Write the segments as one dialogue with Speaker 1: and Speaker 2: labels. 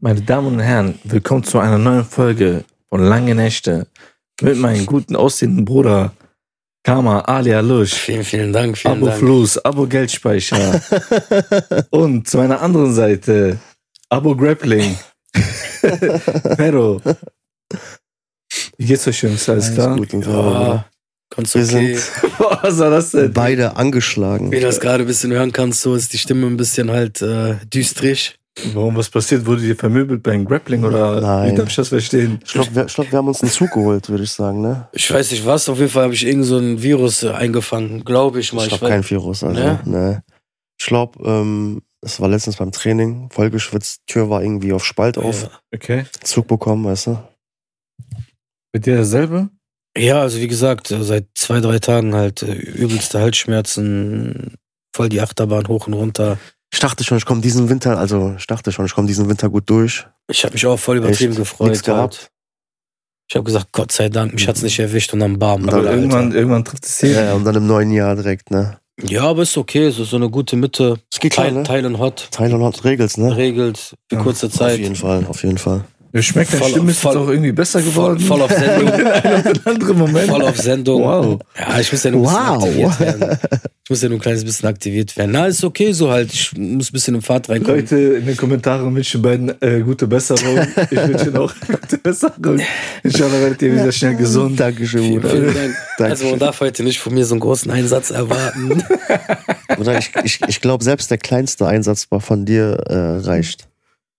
Speaker 1: Meine Damen und Herren, willkommen zu einer neuen Folge von Lange Nächte mit meinem guten aussehenden Bruder Kama Alia Lush,
Speaker 2: Vielen, vielen Dank. Vielen
Speaker 1: Abo
Speaker 2: Dank.
Speaker 1: Fluss, Abo Geldspeicher und zu meiner anderen Seite Abo Grappling. Pero. Wie geht's euch, Jungs? Alles klar?
Speaker 3: gut und sauber,
Speaker 2: Ja, Ah, ganz
Speaker 3: Wir
Speaker 2: okay.
Speaker 1: Boah, was war das
Speaker 3: oder?
Speaker 1: denn?
Speaker 3: Beide angeschlagen.
Speaker 2: Wie du das gerade ein bisschen hören kannst, so ist die Stimme ein bisschen halt äh, düstrig.
Speaker 1: Warum was passiert? Wurde dir vermöbelt beim Grappling oder
Speaker 3: Nein.
Speaker 1: wie darf ich das verstehen?
Speaker 3: Ich glaube, wir, ich glaub, wir haben uns einen Zug geholt, würde ich sagen, ne?
Speaker 2: Ich weiß nicht was, auf jeden Fall habe ich irgend so ein Virus äh, eingefangen, glaube ich mal.
Speaker 3: Ich habe
Speaker 2: weiß-
Speaker 3: keinen Virus, also,
Speaker 2: Ne?
Speaker 3: ne. Ich glaube, ähm, es war letztens beim Training, vollgeschwitzt, Tür war irgendwie auf Spalt auf,
Speaker 1: Okay.
Speaker 3: Zug bekommen, weißt du?
Speaker 1: Mit dir dasselbe?
Speaker 2: Ja, also wie gesagt, äh, seit zwei, drei Tagen halt äh, übelste Halsschmerzen, voll die Achterbahn hoch und runter.
Speaker 3: Ich dachte schon, ich komme diesen Winter, also ich dachte schon, ich komme diesen Winter gut durch.
Speaker 2: Ich habe mich auch voll übertrieben
Speaker 3: Echt?
Speaker 2: gefreut.
Speaker 3: Nix gehabt? Mhm.
Speaker 2: halt. Ich habe gesagt, Gott sei Dank, mich hat's nicht erwischt und dann bam.
Speaker 1: Aber
Speaker 2: Alter.
Speaker 1: irgendwann, irgendwann trifft es
Speaker 3: Ja,
Speaker 1: hier.
Speaker 3: ja, und dann im neuen Jahr direkt, ne?
Speaker 2: Ja, aber ist okay, es ist so eine gute Mitte.
Speaker 3: Es geht klar,
Speaker 2: Teil,
Speaker 3: ne?
Speaker 2: Teil und Hot
Speaker 3: Thailand hat Regels, ne?
Speaker 2: regelt für
Speaker 1: Ja,
Speaker 2: kurze Zeit.
Speaker 3: Auf jeden Fall, auf jeden Fall.
Speaker 1: Ja, schmeckt deine
Speaker 2: Voll-
Speaker 1: Stimme ist
Speaker 2: voll-
Speaker 1: jetzt auch irgendwie besser
Speaker 2: Voll,
Speaker 1: geworden.
Speaker 2: voll auf Sendung.
Speaker 1: andere Moment.
Speaker 2: Voll auf Sendung.
Speaker 1: Wow.
Speaker 2: Ja, ich muss ja nur ein bisschen
Speaker 3: Wow.
Speaker 2: aktiviert werden. Ich muss ja nur ein kleines bisschen aktiviert werden. Na, ist okay so halt. Ich muss ein bisschen in Fahrt reinkommen.
Speaker 1: Leute, in den Kommentaren wünschen beiden äh, gute Besserung. Ich wünsche Ihnen auch gute Besserung. Inshallah werdet ihr wieder schnell gesund.
Speaker 3: Dankeschön,
Speaker 2: Vielen,
Speaker 3: Bruder.
Speaker 2: vielen Dank. Also man
Speaker 3: Dankeschön.
Speaker 2: darf heute nicht von mir so einen großen Einsatz erwarten.
Speaker 3: Bruder, ich, ich, ich glaube, selbst der kleinste Einsatz von dir äh, reicht.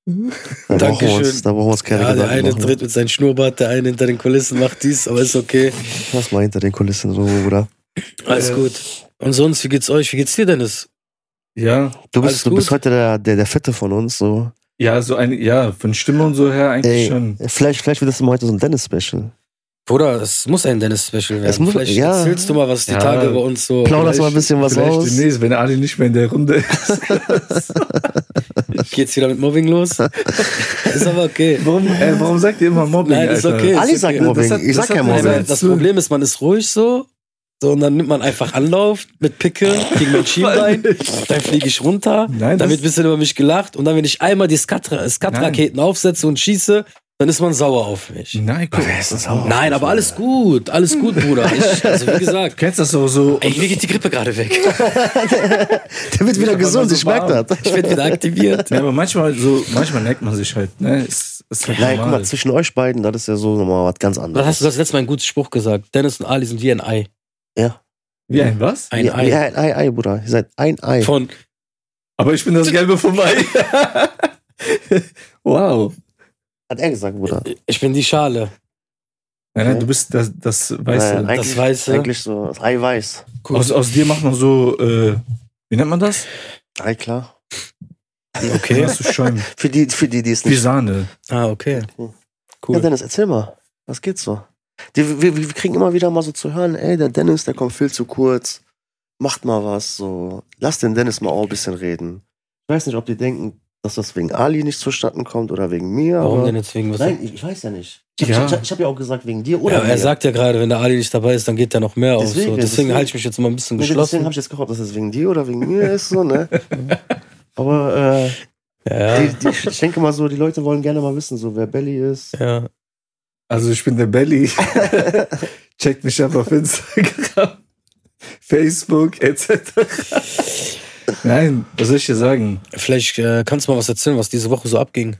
Speaker 3: Da brauchen wir
Speaker 2: Dankeschön.
Speaker 3: uns, da brauchen wir uns keine
Speaker 2: Ja, der
Speaker 3: Gedanken
Speaker 2: eine
Speaker 3: genau, machen.
Speaker 2: tritt mit seinem Schnurrbart, der eine hinter den Kulissen macht dies, aber ist okay.
Speaker 3: Lass mal hinter den Kulissen in Ruhe, Bruder.
Speaker 2: Alles
Speaker 1: Äh.
Speaker 2: gut. Und sonst, wie geht's euch? Wie geht's dir, Dennis?
Speaker 1: Ja,
Speaker 3: Du
Speaker 2: Alles
Speaker 3: bist, du
Speaker 2: gut?
Speaker 3: bist heute der, der, der Fette von uns. So.
Speaker 1: ja, so ein, ja, von Stimme und so her eigentlich
Speaker 3: Ey,
Speaker 1: schon.
Speaker 3: vielleicht, vielleicht wird das immer heute so ein Dennis-Special.
Speaker 2: Bruder, es muss ein Dennis-Special werden.
Speaker 3: Es muss-
Speaker 2: Vielleicht
Speaker 3: ja.
Speaker 2: erzählst du mal, was die
Speaker 1: Ja.
Speaker 2: Tage bei uns so.
Speaker 3: Plauder- Hau das mal ein
Speaker 1: Vielleicht-
Speaker 3: bisschen was
Speaker 1: vielleicht
Speaker 3: aus.
Speaker 1: Demnächst, wenn Ali nicht mehr in der Runde ist.
Speaker 2: Geht's wieder mit Mobbing los? ist aber okay.
Speaker 1: Warum, äh, warum sagt ihr immer Mobbing?
Speaker 2: Nein, ist
Speaker 1: Alter?
Speaker 2: okay.
Speaker 3: Ali
Speaker 2: ist
Speaker 3: sagt
Speaker 2: okay.
Speaker 3: Mobbing.
Speaker 1: Das hat-
Speaker 3: ich
Speaker 1: das
Speaker 3: sag kein
Speaker 1: hat-
Speaker 2: Also,
Speaker 1: Moment.
Speaker 3: Mobbing.
Speaker 2: das Problem ist, man ist ruhig so. So, und dann nimmt man einfach Anlauf mit Picke gegen mein Schienbein, dann fliege ich runter,
Speaker 1: Nein,
Speaker 2: dann
Speaker 1: das-
Speaker 2: wird ein bisschen über mich gelacht und dann, wenn ich einmal die Skat- Skat-Raketen aufsetze und schieße, dann ist man sauer auf mich.
Speaker 1: Nein, guck.
Speaker 3: Wer ist das auch?
Speaker 2: Nein, aber alles gut, alles gut, Bruder. Ich, also wie gesagt,
Speaker 1: Du kennst das doch so.
Speaker 2: ey, mir geht die Grippe gerade weg.
Speaker 3: Der wird wieder
Speaker 1: Aber
Speaker 3: gesund,
Speaker 1: so
Speaker 3: ich merk
Speaker 1: warm.
Speaker 3: das.
Speaker 2: Ich werde wieder aktiviert.
Speaker 1: Ja, aber manchmal so, manchmal neckt man sich halt, ne? Ist, ist halt
Speaker 3: Nein, guck
Speaker 1: normal.
Speaker 3: mal, zwischen euch beiden, das ist ja so nochmal was ganz
Speaker 2: Was hast
Speaker 3: anderes.
Speaker 2: du das letzte Mal einen guten Spruch gesagt? Dennis und Ali sind wie ein Ei.
Speaker 3: Ja.
Speaker 1: Wie ein was?
Speaker 2: Ein
Speaker 3: ja,
Speaker 2: Ei.
Speaker 3: Ja, ein Ei, Ei, Bruder. Ihr seid ein Ei.
Speaker 2: Von
Speaker 1: Aber ich bin das Gelbe vorbei. wow.
Speaker 3: Hat er gesagt, Bruder.
Speaker 2: Ich bin die Schale.
Speaker 1: Nein, nein, du bist das, das Weiße.
Speaker 3: Nein, eigentlich,
Speaker 2: Das Weiße.
Speaker 3: Eigentlich so, das Ei weiß.
Speaker 2: Gut.
Speaker 1: aus, aus dir macht man so, äh, wie nennt man das?
Speaker 3: Ei, klar.
Speaker 1: Okay. Das ist schon
Speaker 3: Für die, für die, die es
Speaker 1: wie
Speaker 3: nicht.
Speaker 1: Sahne.
Speaker 2: Ah, okay.
Speaker 3: Ja,
Speaker 2: Cool.
Speaker 3: Dennis, erzähl mal. Was geht so? Die, wir, wir kriegen immer wieder mal so zu hören, ey, der Dennis, der kommt viel zu kurz. Macht mal was, so. Lass den Dennis mal auch ein bisschen reden. Ich weiß nicht, ob die denken, dass das wegen Ali nicht zustande kommt oder wegen mir.
Speaker 2: Warum
Speaker 3: aber
Speaker 2: denn jetzt wegen was?
Speaker 3: Nein, ich, ich weiß ja nicht. Ich,
Speaker 1: Ja.
Speaker 3: ja. ich, ich, ich habe ja auch gesagt, wegen dir oder
Speaker 2: Ja, aber
Speaker 3: mir.
Speaker 2: er sagt ja gerade, wenn der Ali nicht dabei ist, dann geht er noch mehr auf. So.
Speaker 3: Deswegen,
Speaker 2: Deswegen
Speaker 3: deswegen.
Speaker 2: halte ich mich jetzt mal ein bisschen
Speaker 3: Nee, Deswegen
Speaker 2: geschlossen.
Speaker 3: habe ich jetzt gehofft, dass es wegen dir oder wegen mir ist, so, ne? Aber
Speaker 2: Ja,
Speaker 3: äh, die, die, ich denke mal so, die Leute wollen gerne mal wissen, so, wer Belly ist.
Speaker 2: ja.
Speaker 1: Also ich bin der Belly. Checkt mich ab auf Instagram, Facebook etc. Nein, was soll ich dir sagen?
Speaker 2: Vielleicht äh, kannst du mal was erzählen, was diese Woche so abging.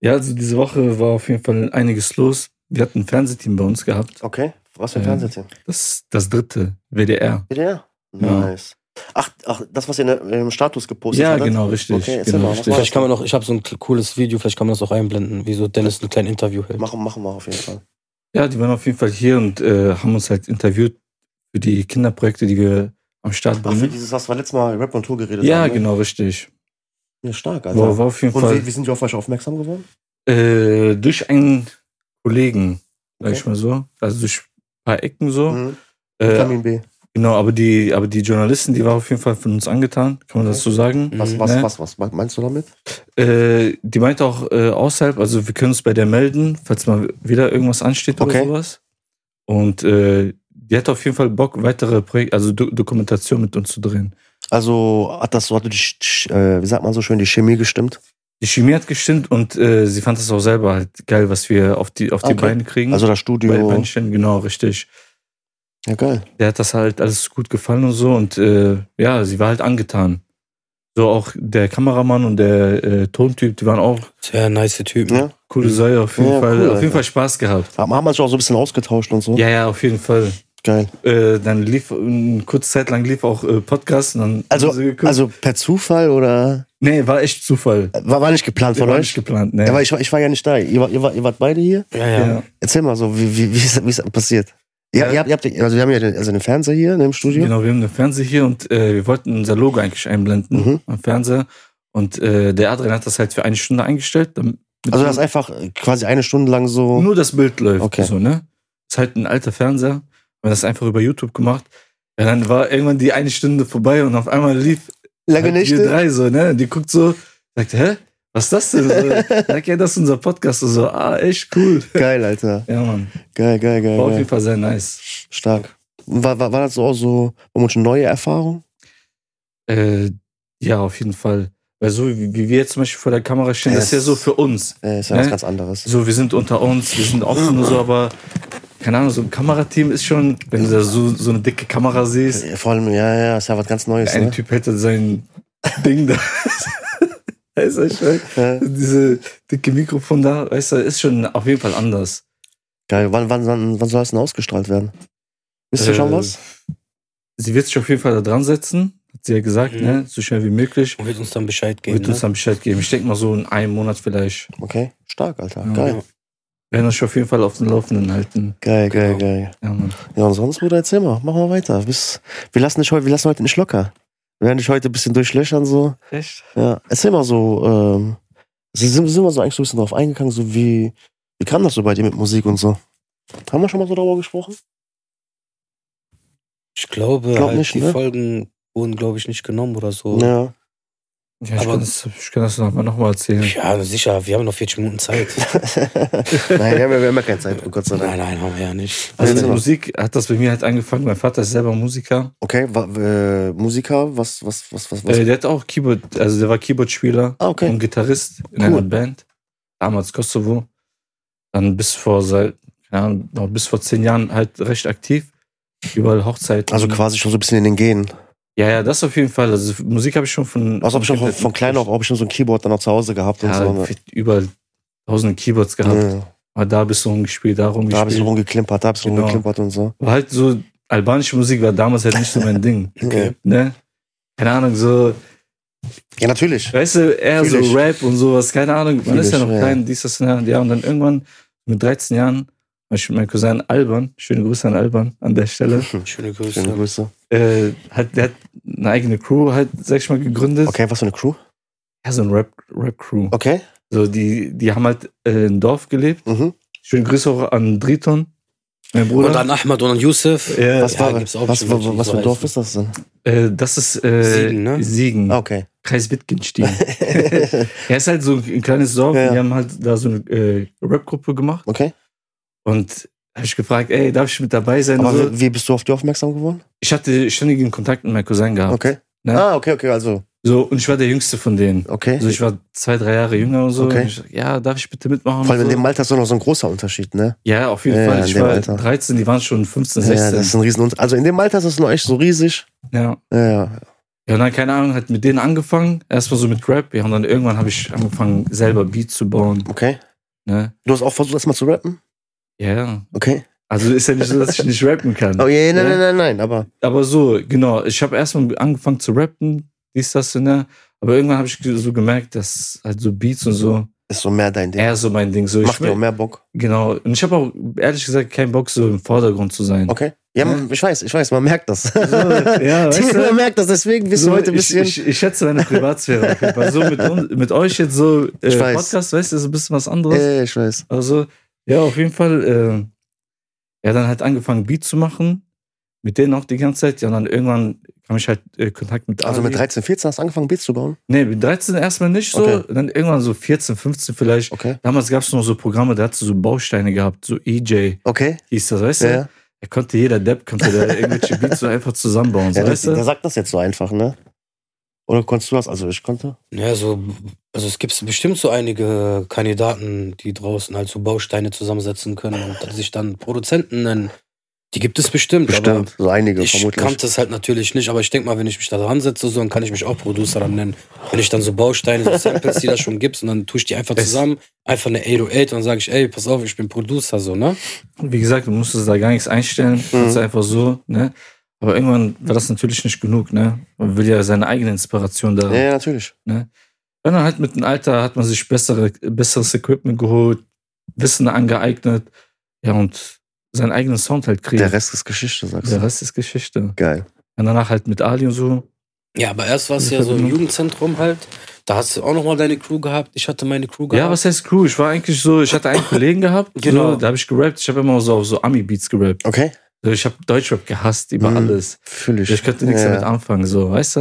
Speaker 1: Ja, also diese Woche war auf jeden Fall einiges los. Wir hatten ein Fernsehteam bei uns gehabt.
Speaker 3: Okay, was für ein
Speaker 1: Ja.
Speaker 3: Fernsehteam?
Speaker 1: Das, das dritte, WDR.
Speaker 3: WDR?
Speaker 1: Ja.
Speaker 3: Nice. Ach, ach, das, was ihr in der- im Status gepostet
Speaker 1: Ja,
Speaker 3: habt.
Speaker 1: genau, richtig.
Speaker 3: Okay, erzähl
Speaker 1: genau,
Speaker 3: mal, was
Speaker 1: richtig.
Speaker 3: war
Speaker 2: Vielleicht kann man noch, ich habe so ein cooles Video, vielleicht kann man das auch einblenden, wie so Dennis ein kleines Interview hält.
Speaker 3: Machen, machen wir auf jeden Fall.
Speaker 1: Ja, die waren auf jeden Fall hier und äh, haben uns halt interviewt für die Kinderprojekte, die wir am Start
Speaker 3: Ach, für
Speaker 1: bringen.
Speaker 3: dieses, was wir letztes Mal Rap on Tour geredet
Speaker 1: Ja,
Speaker 3: haben. ne?
Speaker 1: genau, richtig.
Speaker 3: Ja, stark, Alter.
Speaker 1: War, war auf jeden
Speaker 3: Und wie,
Speaker 1: Fall
Speaker 3: wie sind die auf euch aufmerksam geworden?
Speaker 1: äh, durch einen Kollegen, sag ich
Speaker 3: Okay.
Speaker 1: mal so. Also durch ein paar Ecken so.
Speaker 3: Mhm.
Speaker 1: Äh,
Speaker 3: Vitamin B.
Speaker 1: genau, aber die, aber die Journalisten, die waren auf jeden Fall von uns angetan, kann man das so sagen.
Speaker 3: Was,
Speaker 2: Mhm.
Speaker 3: was,
Speaker 1: ne?
Speaker 3: was, was, was meinst du damit?
Speaker 1: Äh, die meinte auch äh, außerhalb, also wir können uns bei der melden, falls mal wieder irgendwas ansteht
Speaker 3: Okay.
Speaker 1: oder sowas. Und äh, die hat auf jeden Fall Bock, weitere Projekte, also Do Dokumentation mit uns zu drehen.
Speaker 3: Also hat das so, hat die, Sch- Sch- äh, wie sagt man so schön, die Chemie gestimmt?
Speaker 1: Die Chemie hat gestimmt und äh, sie fand es auch selber halt geil, was wir auf die, auf die
Speaker 3: Okay.
Speaker 1: Beine kriegen.
Speaker 3: Also das
Speaker 1: Hm? bei
Speaker 3: Studio.
Speaker 1: Beinchen, genau, richtig.
Speaker 3: Ja, geil.
Speaker 1: Der hat das halt alles gut gefallen und so und äh, ja, sie war halt angetan. So auch der Kameramann und der äh, Tontyp, die waren auch
Speaker 2: Sehr nice Typen.
Speaker 3: Ja.
Speaker 1: coole Säue, auf jeden
Speaker 3: Mhm. Ja,
Speaker 1: Fall,
Speaker 3: cool,
Speaker 1: auf jeden
Speaker 3: Alter.
Speaker 1: Fall Spaß gehabt.
Speaker 3: Haben haben wir uns auch so ein bisschen ausgetauscht und so.
Speaker 1: Ja, ja, auf jeden Fall.
Speaker 3: Geil.
Speaker 1: Äh, dann lief, eine kurze Zeit lang lief auch äh, Podcast und dann
Speaker 3: Also-
Speaker 1: haben sie geguckt.
Speaker 3: Also per Zufall oder äh,
Speaker 1: nee, war echt Zufall.
Speaker 3: war, war nicht geplant von
Speaker 1: war
Speaker 3: euch?
Speaker 1: nicht geplant, ne.
Speaker 3: Ja, aber ich, Also war- ich war ja nicht da. Ihr, war- ihr, war- ihr wart beide hier.
Speaker 2: Ja, ja.
Speaker 1: ja,
Speaker 3: Erzähl mal so, wie, wie, wie, ist, wie ist das passiert?
Speaker 1: Ja.
Speaker 3: Ja, ihr habt, ihr habt, also wir haben ja den, also den Fernseher hier in dem Studio.
Speaker 1: genau, wir haben den Fernseher hier und äh, wir wollten unser Logo eigentlich einblenden
Speaker 3: Mhm.
Speaker 1: am Fernseher und äh, der Adrian hat das halt für eine Stunde eingestellt. damit-
Speaker 3: Also das ist einfach quasi eine Stunde lang so.
Speaker 1: nur das Bild läuft.
Speaker 3: Okay.
Speaker 1: So, ne? Ist halt ein alter Fernseher. Haben wir das einfach über YouTube gemacht. Ja, dann war irgendwann die eine Stunde vorbei und auf einmal lief
Speaker 3: Lange
Speaker 1: halt
Speaker 3: nicht.
Speaker 1: die drei so, ne? Die guckt so, sagt, hä? Was ist das denn? So, sag ja, das ist unser Podcast. Und so, ah, echt cool.
Speaker 3: Geil, Alter.
Speaker 1: Ja, Mann.
Speaker 3: Geil, geil, geil.
Speaker 1: War auf
Speaker 3: geil.
Speaker 1: jeden Fall sehr nice.
Speaker 3: Stark. War, war, war das so auch so um eine neue Erfahrung?
Speaker 1: Äh, ja, auf jeden Fall. Weil so wie, wie wir jetzt zum Beispiel vor der Kamera stehen, das ist ja
Speaker 3: Es-
Speaker 1: so für uns.
Speaker 3: Äh, ist ja
Speaker 1: Ne?
Speaker 3: was ganz anderes.
Speaker 1: So, wir sind unter uns, wir sind offen und so, aber keine Ahnung, so ein Kamerateam ist schon, wenn du da so, so eine dicke Kamera siehst,
Speaker 3: Äh, Vor allem, ja, ja, ist ja was ganz Neues.
Speaker 1: Der eine
Speaker 3: Ne?
Speaker 1: Typ hätte sein Ding da. weißt du, schon,
Speaker 3: Äh,
Speaker 1: diese dicke Mikrofon da, weißt du, ist schon auf jeden Fall anders.
Speaker 3: geil. Wann, wann, wann, wann soll das denn ausgestrahlt werden? Wisst ihr
Speaker 1: Äh,
Speaker 3: schon was?
Speaker 1: Sie wird sich auf jeden Fall da dran setzen, hat sie ja gesagt,
Speaker 2: Mhm.
Speaker 1: ne? So schnell wie möglich.
Speaker 2: Und wird uns dann Bescheid geben.
Speaker 1: Wird uns
Speaker 2: Ne?
Speaker 1: dann Bescheid geben. Ich denke mal so in einem Monat vielleicht.
Speaker 3: Okay. Stark, Alter.
Speaker 1: Ja.
Speaker 3: Geil.
Speaker 2: Ja.
Speaker 1: Wir werden uns auf jeden Fall auf den Laufenden halten.
Speaker 3: Geil, geil,
Speaker 2: Genau.
Speaker 3: geil.
Speaker 1: Ja, Mann.
Speaker 3: Ja, und sonst, Bruder, erzähl mal. Machen wir weiter. Bis, wir, lassen dich, heu- wir lassen heute nicht locker. Wir werden dich heute ein bisschen durchlöchern, so.
Speaker 1: Echt?
Speaker 3: Ja, erzähl mal so, ähm, sind, sind wir so eigentlich so ein bisschen drauf eingegangen, so wie, wie kam das so bei dir mit Musik und so? Haben wir schon mal so darüber gesprochen?
Speaker 2: Ich glaube,
Speaker 3: Glaub
Speaker 2: halt,
Speaker 3: nicht,
Speaker 2: die
Speaker 3: ne?
Speaker 2: Folgen wurden, glaube ich, nicht genommen oder so.
Speaker 3: Ja.
Speaker 1: Ja, ich,
Speaker 2: Aber-
Speaker 1: kann das, ich kann das nochmal noch mal erzählen.
Speaker 2: Ja, sicher, wir haben noch 40 Minuten Zeit.
Speaker 3: Nein, wir haben, wir haben ja keine Zeit, oh Gott sei Dank.
Speaker 2: nein, nein, haben wir ja nicht.
Speaker 1: Also
Speaker 3: Erzähl
Speaker 1: mit
Speaker 3: mal.
Speaker 1: Musik hat das bei mir halt angefangen. Mein Vater ist selber Musiker.
Speaker 3: Okay, wa, äh, Musiker, was, was, was, was, was?
Speaker 1: Äh, der hat auch Keyboard, also der war Keyboardspieler.
Speaker 3: ah, okay.
Speaker 1: und Gitarrist in
Speaker 3: Cool.
Speaker 1: einer Band, damals Kosovo. Dann bis vor seit, keine Ahnung, noch bis vor zehn Jahren halt recht aktiv. Überall Hochzeiten.
Speaker 3: Also quasi schon so ein bisschen in den Genen.
Speaker 1: Ja, ja, das auf jeden Fall. Also Musik habe ich schon von.
Speaker 3: Also hab ich schon von, von klein auf, hab ich schon so ein Keyboard dann auch zu Hause gehabt und
Speaker 1: Ja,
Speaker 3: so. Ne?
Speaker 1: überall tausende Keyboards gehabt.
Speaker 3: Ja,
Speaker 1: Mal da bist du rumgespielt, da
Speaker 3: da hab ich so
Speaker 1: rumgespielt.
Speaker 3: rumgeklimpert, da hab ich so
Speaker 1: Genau.
Speaker 3: rumgeklimpert und so.
Speaker 1: War halt so, albanische Musik war damals halt nicht so mein Ding.
Speaker 3: Okay.
Speaker 1: Ne? Keine Ahnung, so,
Speaker 3: Ja, natürlich.
Speaker 1: weißt du, eher
Speaker 3: Fühl
Speaker 1: so
Speaker 3: ich.
Speaker 1: Rap und sowas, keine Ahnung. Man
Speaker 3: Fühl
Speaker 1: ist ja
Speaker 3: ich,
Speaker 1: noch
Speaker 3: ja.
Speaker 1: klein, dies, das, ja. ja. Und dann irgendwann mit 13 Jahren, zum Beispiel mein Cousin Alban, schöne Grüße an Alban an der Stelle,
Speaker 2: Schöne Grüße.
Speaker 3: Schöne Grüße.
Speaker 1: äh, hat, der hat eine eigene Crew halt, sag ich mal, gegründet.
Speaker 3: Okay, was für eine Crew?
Speaker 1: Ja, so ein Rap- Rap-Crew.
Speaker 3: Okay.
Speaker 1: So, die, die haben halt äh, im Dorf gelebt.
Speaker 3: Mhm.
Speaker 1: Schöne Grüße auch an Driton, mein Bruder.
Speaker 2: Und an Ahmad und an Yusuf.
Speaker 1: Äh, ja,
Speaker 3: Was,
Speaker 2: Ja,
Speaker 3: war,
Speaker 2: gibt's auch
Speaker 3: was,
Speaker 2: bestimmt welche,
Speaker 3: was,
Speaker 2: die
Speaker 3: was
Speaker 2: so
Speaker 3: für ein Dorf
Speaker 2: heißen.
Speaker 3: ist das denn?
Speaker 1: äh, das ist äh, Siegen,
Speaker 2: Siegen, ne?
Speaker 1: Siegen
Speaker 3: Ah, okay.
Speaker 1: Kreis Wittgenstein. Er ist halt so ein kleines Dorf.
Speaker 3: Ja.
Speaker 1: Die haben halt da so eine äh, Rap-Gruppe gemacht.
Speaker 3: okay.
Speaker 1: Und habe ich gefragt, ey, darf ich mit dabei sein?
Speaker 3: Aber
Speaker 1: so,
Speaker 3: Also, wie, wie bist du auf die aufmerksam geworden?
Speaker 1: ich hatte ständigen Kontakt mit meinem Cousin gehabt.
Speaker 3: Okay.
Speaker 1: Ja.
Speaker 3: Ah, okay, okay, also,
Speaker 1: So, und ich war der Jüngste von denen.
Speaker 3: okay.
Speaker 1: Also ich war zwei, drei Jahre jünger und so.
Speaker 3: Okay.
Speaker 1: Und ich, ja, darf ich bitte mitmachen?
Speaker 3: Vor allem in
Speaker 1: und so.
Speaker 3: dem Alter ist doch noch so ein großer Unterschied, ne?
Speaker 1: ja, auf jeden
Speaker 3: Ja,
Speaker 1: Fall.
Speaker 3: in
Speaker 1: Ich
Speaker 3: dem
Speaker 1: war
Speaker 3: Alter.
Speaker 1: 13, die waren schon 15,
Speaker 3: Ja, das
Speaker 1: 16.
Speaker 3: ist ein riesen Also in dem Alter ist das noch echt so riesig.
Speaker 1: Ja, ja.
Speaker 3: Ja, ja.
Speaker 1: und dann, keine Ahnung, hat mit denen angefangen. Erstmal so mit Rap. Ja, und dann irgendwann habe ich angefangen, selber Beats zu bauen.
Speaker 3: okay.
Speaker 1: Ne?
Speaker 3: Du hast auch versucht, erstmal zu rappen?
Speaker 1: Ja.
Speaker 3: Okay.
Speaker 1: Also ist ja nicht so, dass ich nicht rappen kann.
Speaker 3: Oh, ja, nein,
Speaker 1: Ja.
Speaker 3: nein, nein, nein, aber
Speaker 1: aber so, genau. Ich habe erstmal angefangen zu rappen, dies, das, ne? Aber irgendwann habe ich ge- so gemerkt, dass halt so Beats und so
Speaker 3: ist so mehr dein Ding.
Speaker 1: eher so mein Ding. So, ich
Speaker 3: Macht dir auch mehr Bock.
Speaker 1: genau. Und ich habe auch ehrlich gesagt keinen Bock, so im Vordergrund zu sein.
Speaker 3: Okay. Ja,
Speaker 1: Mhm. Ja.
Speaker 3: man- ich weiß, ich weiß, man merkt das.
Speaker 1: So, ja, weißt
Speaker 3: man
Speaker 1: du?
Speaker 3: merkt das, deswegen bist
Speaker 1: So,
Speaker 3: du heute ein bisschen.
Speaker 1: ich, ich, ich schätze meine Privatsphäre. auf jeden Fall. so mit, un- mit euch jetzt so äh,
Speaker 3: Ich weiß.
Speaker 1: Podcast, weißt du, ist ein bisschen was anderes.
Speaker 3: äh, ich weiß.
Speaker 1: Also, ja, auf jeden Fall. Äh, ja, dann halt angefangen, Beat zu machen. Mit denen auch die ganze Zeit. Ja, und dann irgendwann kam ich halt äh, Kontakt mit
Speaker 3: Also
Speaker 1: Ali.
Speaker 3: mit 13, 14 hast du angefangen, Beats zu bauen?
Speaker 1: Nee, mit 13 erstmal nicht so.
Speaker 3: Okay.
Speaker 1: Dann irgendwann so 14, 15 vielleicht.
Speaker 3: Okay.
Speaker 1: Damals gab es noch so Programme, da hast du so Bausteine gehabt, so EJ
Speaker 3: Okay.
Speaker 1: hieß das, weißt
Speaker 3: Ja,
Speaker 1: du?
Speaker 3: ja.
Speaker 1: Da konnte jeder Depp, konnte da irgendwelche Beats so einfach zusammenbauen, so,
Speaker 3: Ja, das,
Speaker 1: weißt
Speaker 3: der
Speaker 1: du?
Speaker 3: sagt das jetzt so einfach, ne? Oder konntest du das? Also ich konnte.
Speaker 2: Ja, so, also es gibt bestimmt so einige Kandidaten, die draußen halt so Bausteine zusammensetzen können und sich dann Produzenten nennen. Die gibt es bestimmt,
Speaker 3: Bestimmt. So
Speaker 2: aber
Speaker 3: einige
Speaker 2: ich
Speaker 3: vermutlich.
Speaker 2: kannte es halt natürlich nicht, aber ich denke mal, wenn ich mich da dran setze, so, dann kann ich mich auch Producer dann nennen. Wenn ich dann so Bausteine, so Samples, die da schon gibt, und dann tue ich die einfach
Speaker 1: Es-
Speaker 2: zusammen, einfach eine 808 und dann sage ich, ey, pass auf, ich bin Producer, so, ne?
Speaker 1: Wie gesagt, du musstest da gar nichts einstellen.
Speaker 3: Mhm.
Speaker 1: Das ist einfach so, ne? Aber irgendwann war das natürlich nicht genug, ne? Man will ja seine eigene Inspiration da.
Speaker 3: Ja, ja, natürlich.
Speaker 1: Wenn dann halt mit dem Alter hat man sich bessere, besseres Equipment geholt, Wissen angeeignet, ja, und seinen eigenen Sound halt kriegen.
Speaker 3: Der Rest ist Geschichte, sagst
Speaker 1: Der
Speaker 3: du.
Speaker 1: Rest ist Geschichte.
Speaker 3: Geil.
Speaker 1: Und danach halt mit Ali und so.
Speaker 2: Ja, aber erst war es
Speaker 1: Ich
Speaker 2: ja so im
Speaker 1: verbinde-
Speaker 2: Jugendzentrum halt. Da hast du auch nochmal deine Crew gehabt. Ich hatte meine Crew gehabt.
Speaker 1: Ja, was heißt Crew? Ich war eigentlich so, ich hatte einen Kollegen gehabt,
Speaker 2: Genau.
Speaker 1: so, da habe ich gerappt. Ich habe immer so auf so Ami-Beats gerappt.
Speaker 3: Okay,
Speaker 1: So, Ich habe Deutschrap gehasst über
Speaker 3: Mhm.
Speaker 1: alles.
Speaker 3: fühle ich.
Speaker 1: Ich könnte nichts
Speaker 3: Ja,
Speaker 1: damit
Speaker 3: ja.
Speaker 1: anfangen, so, weißt du?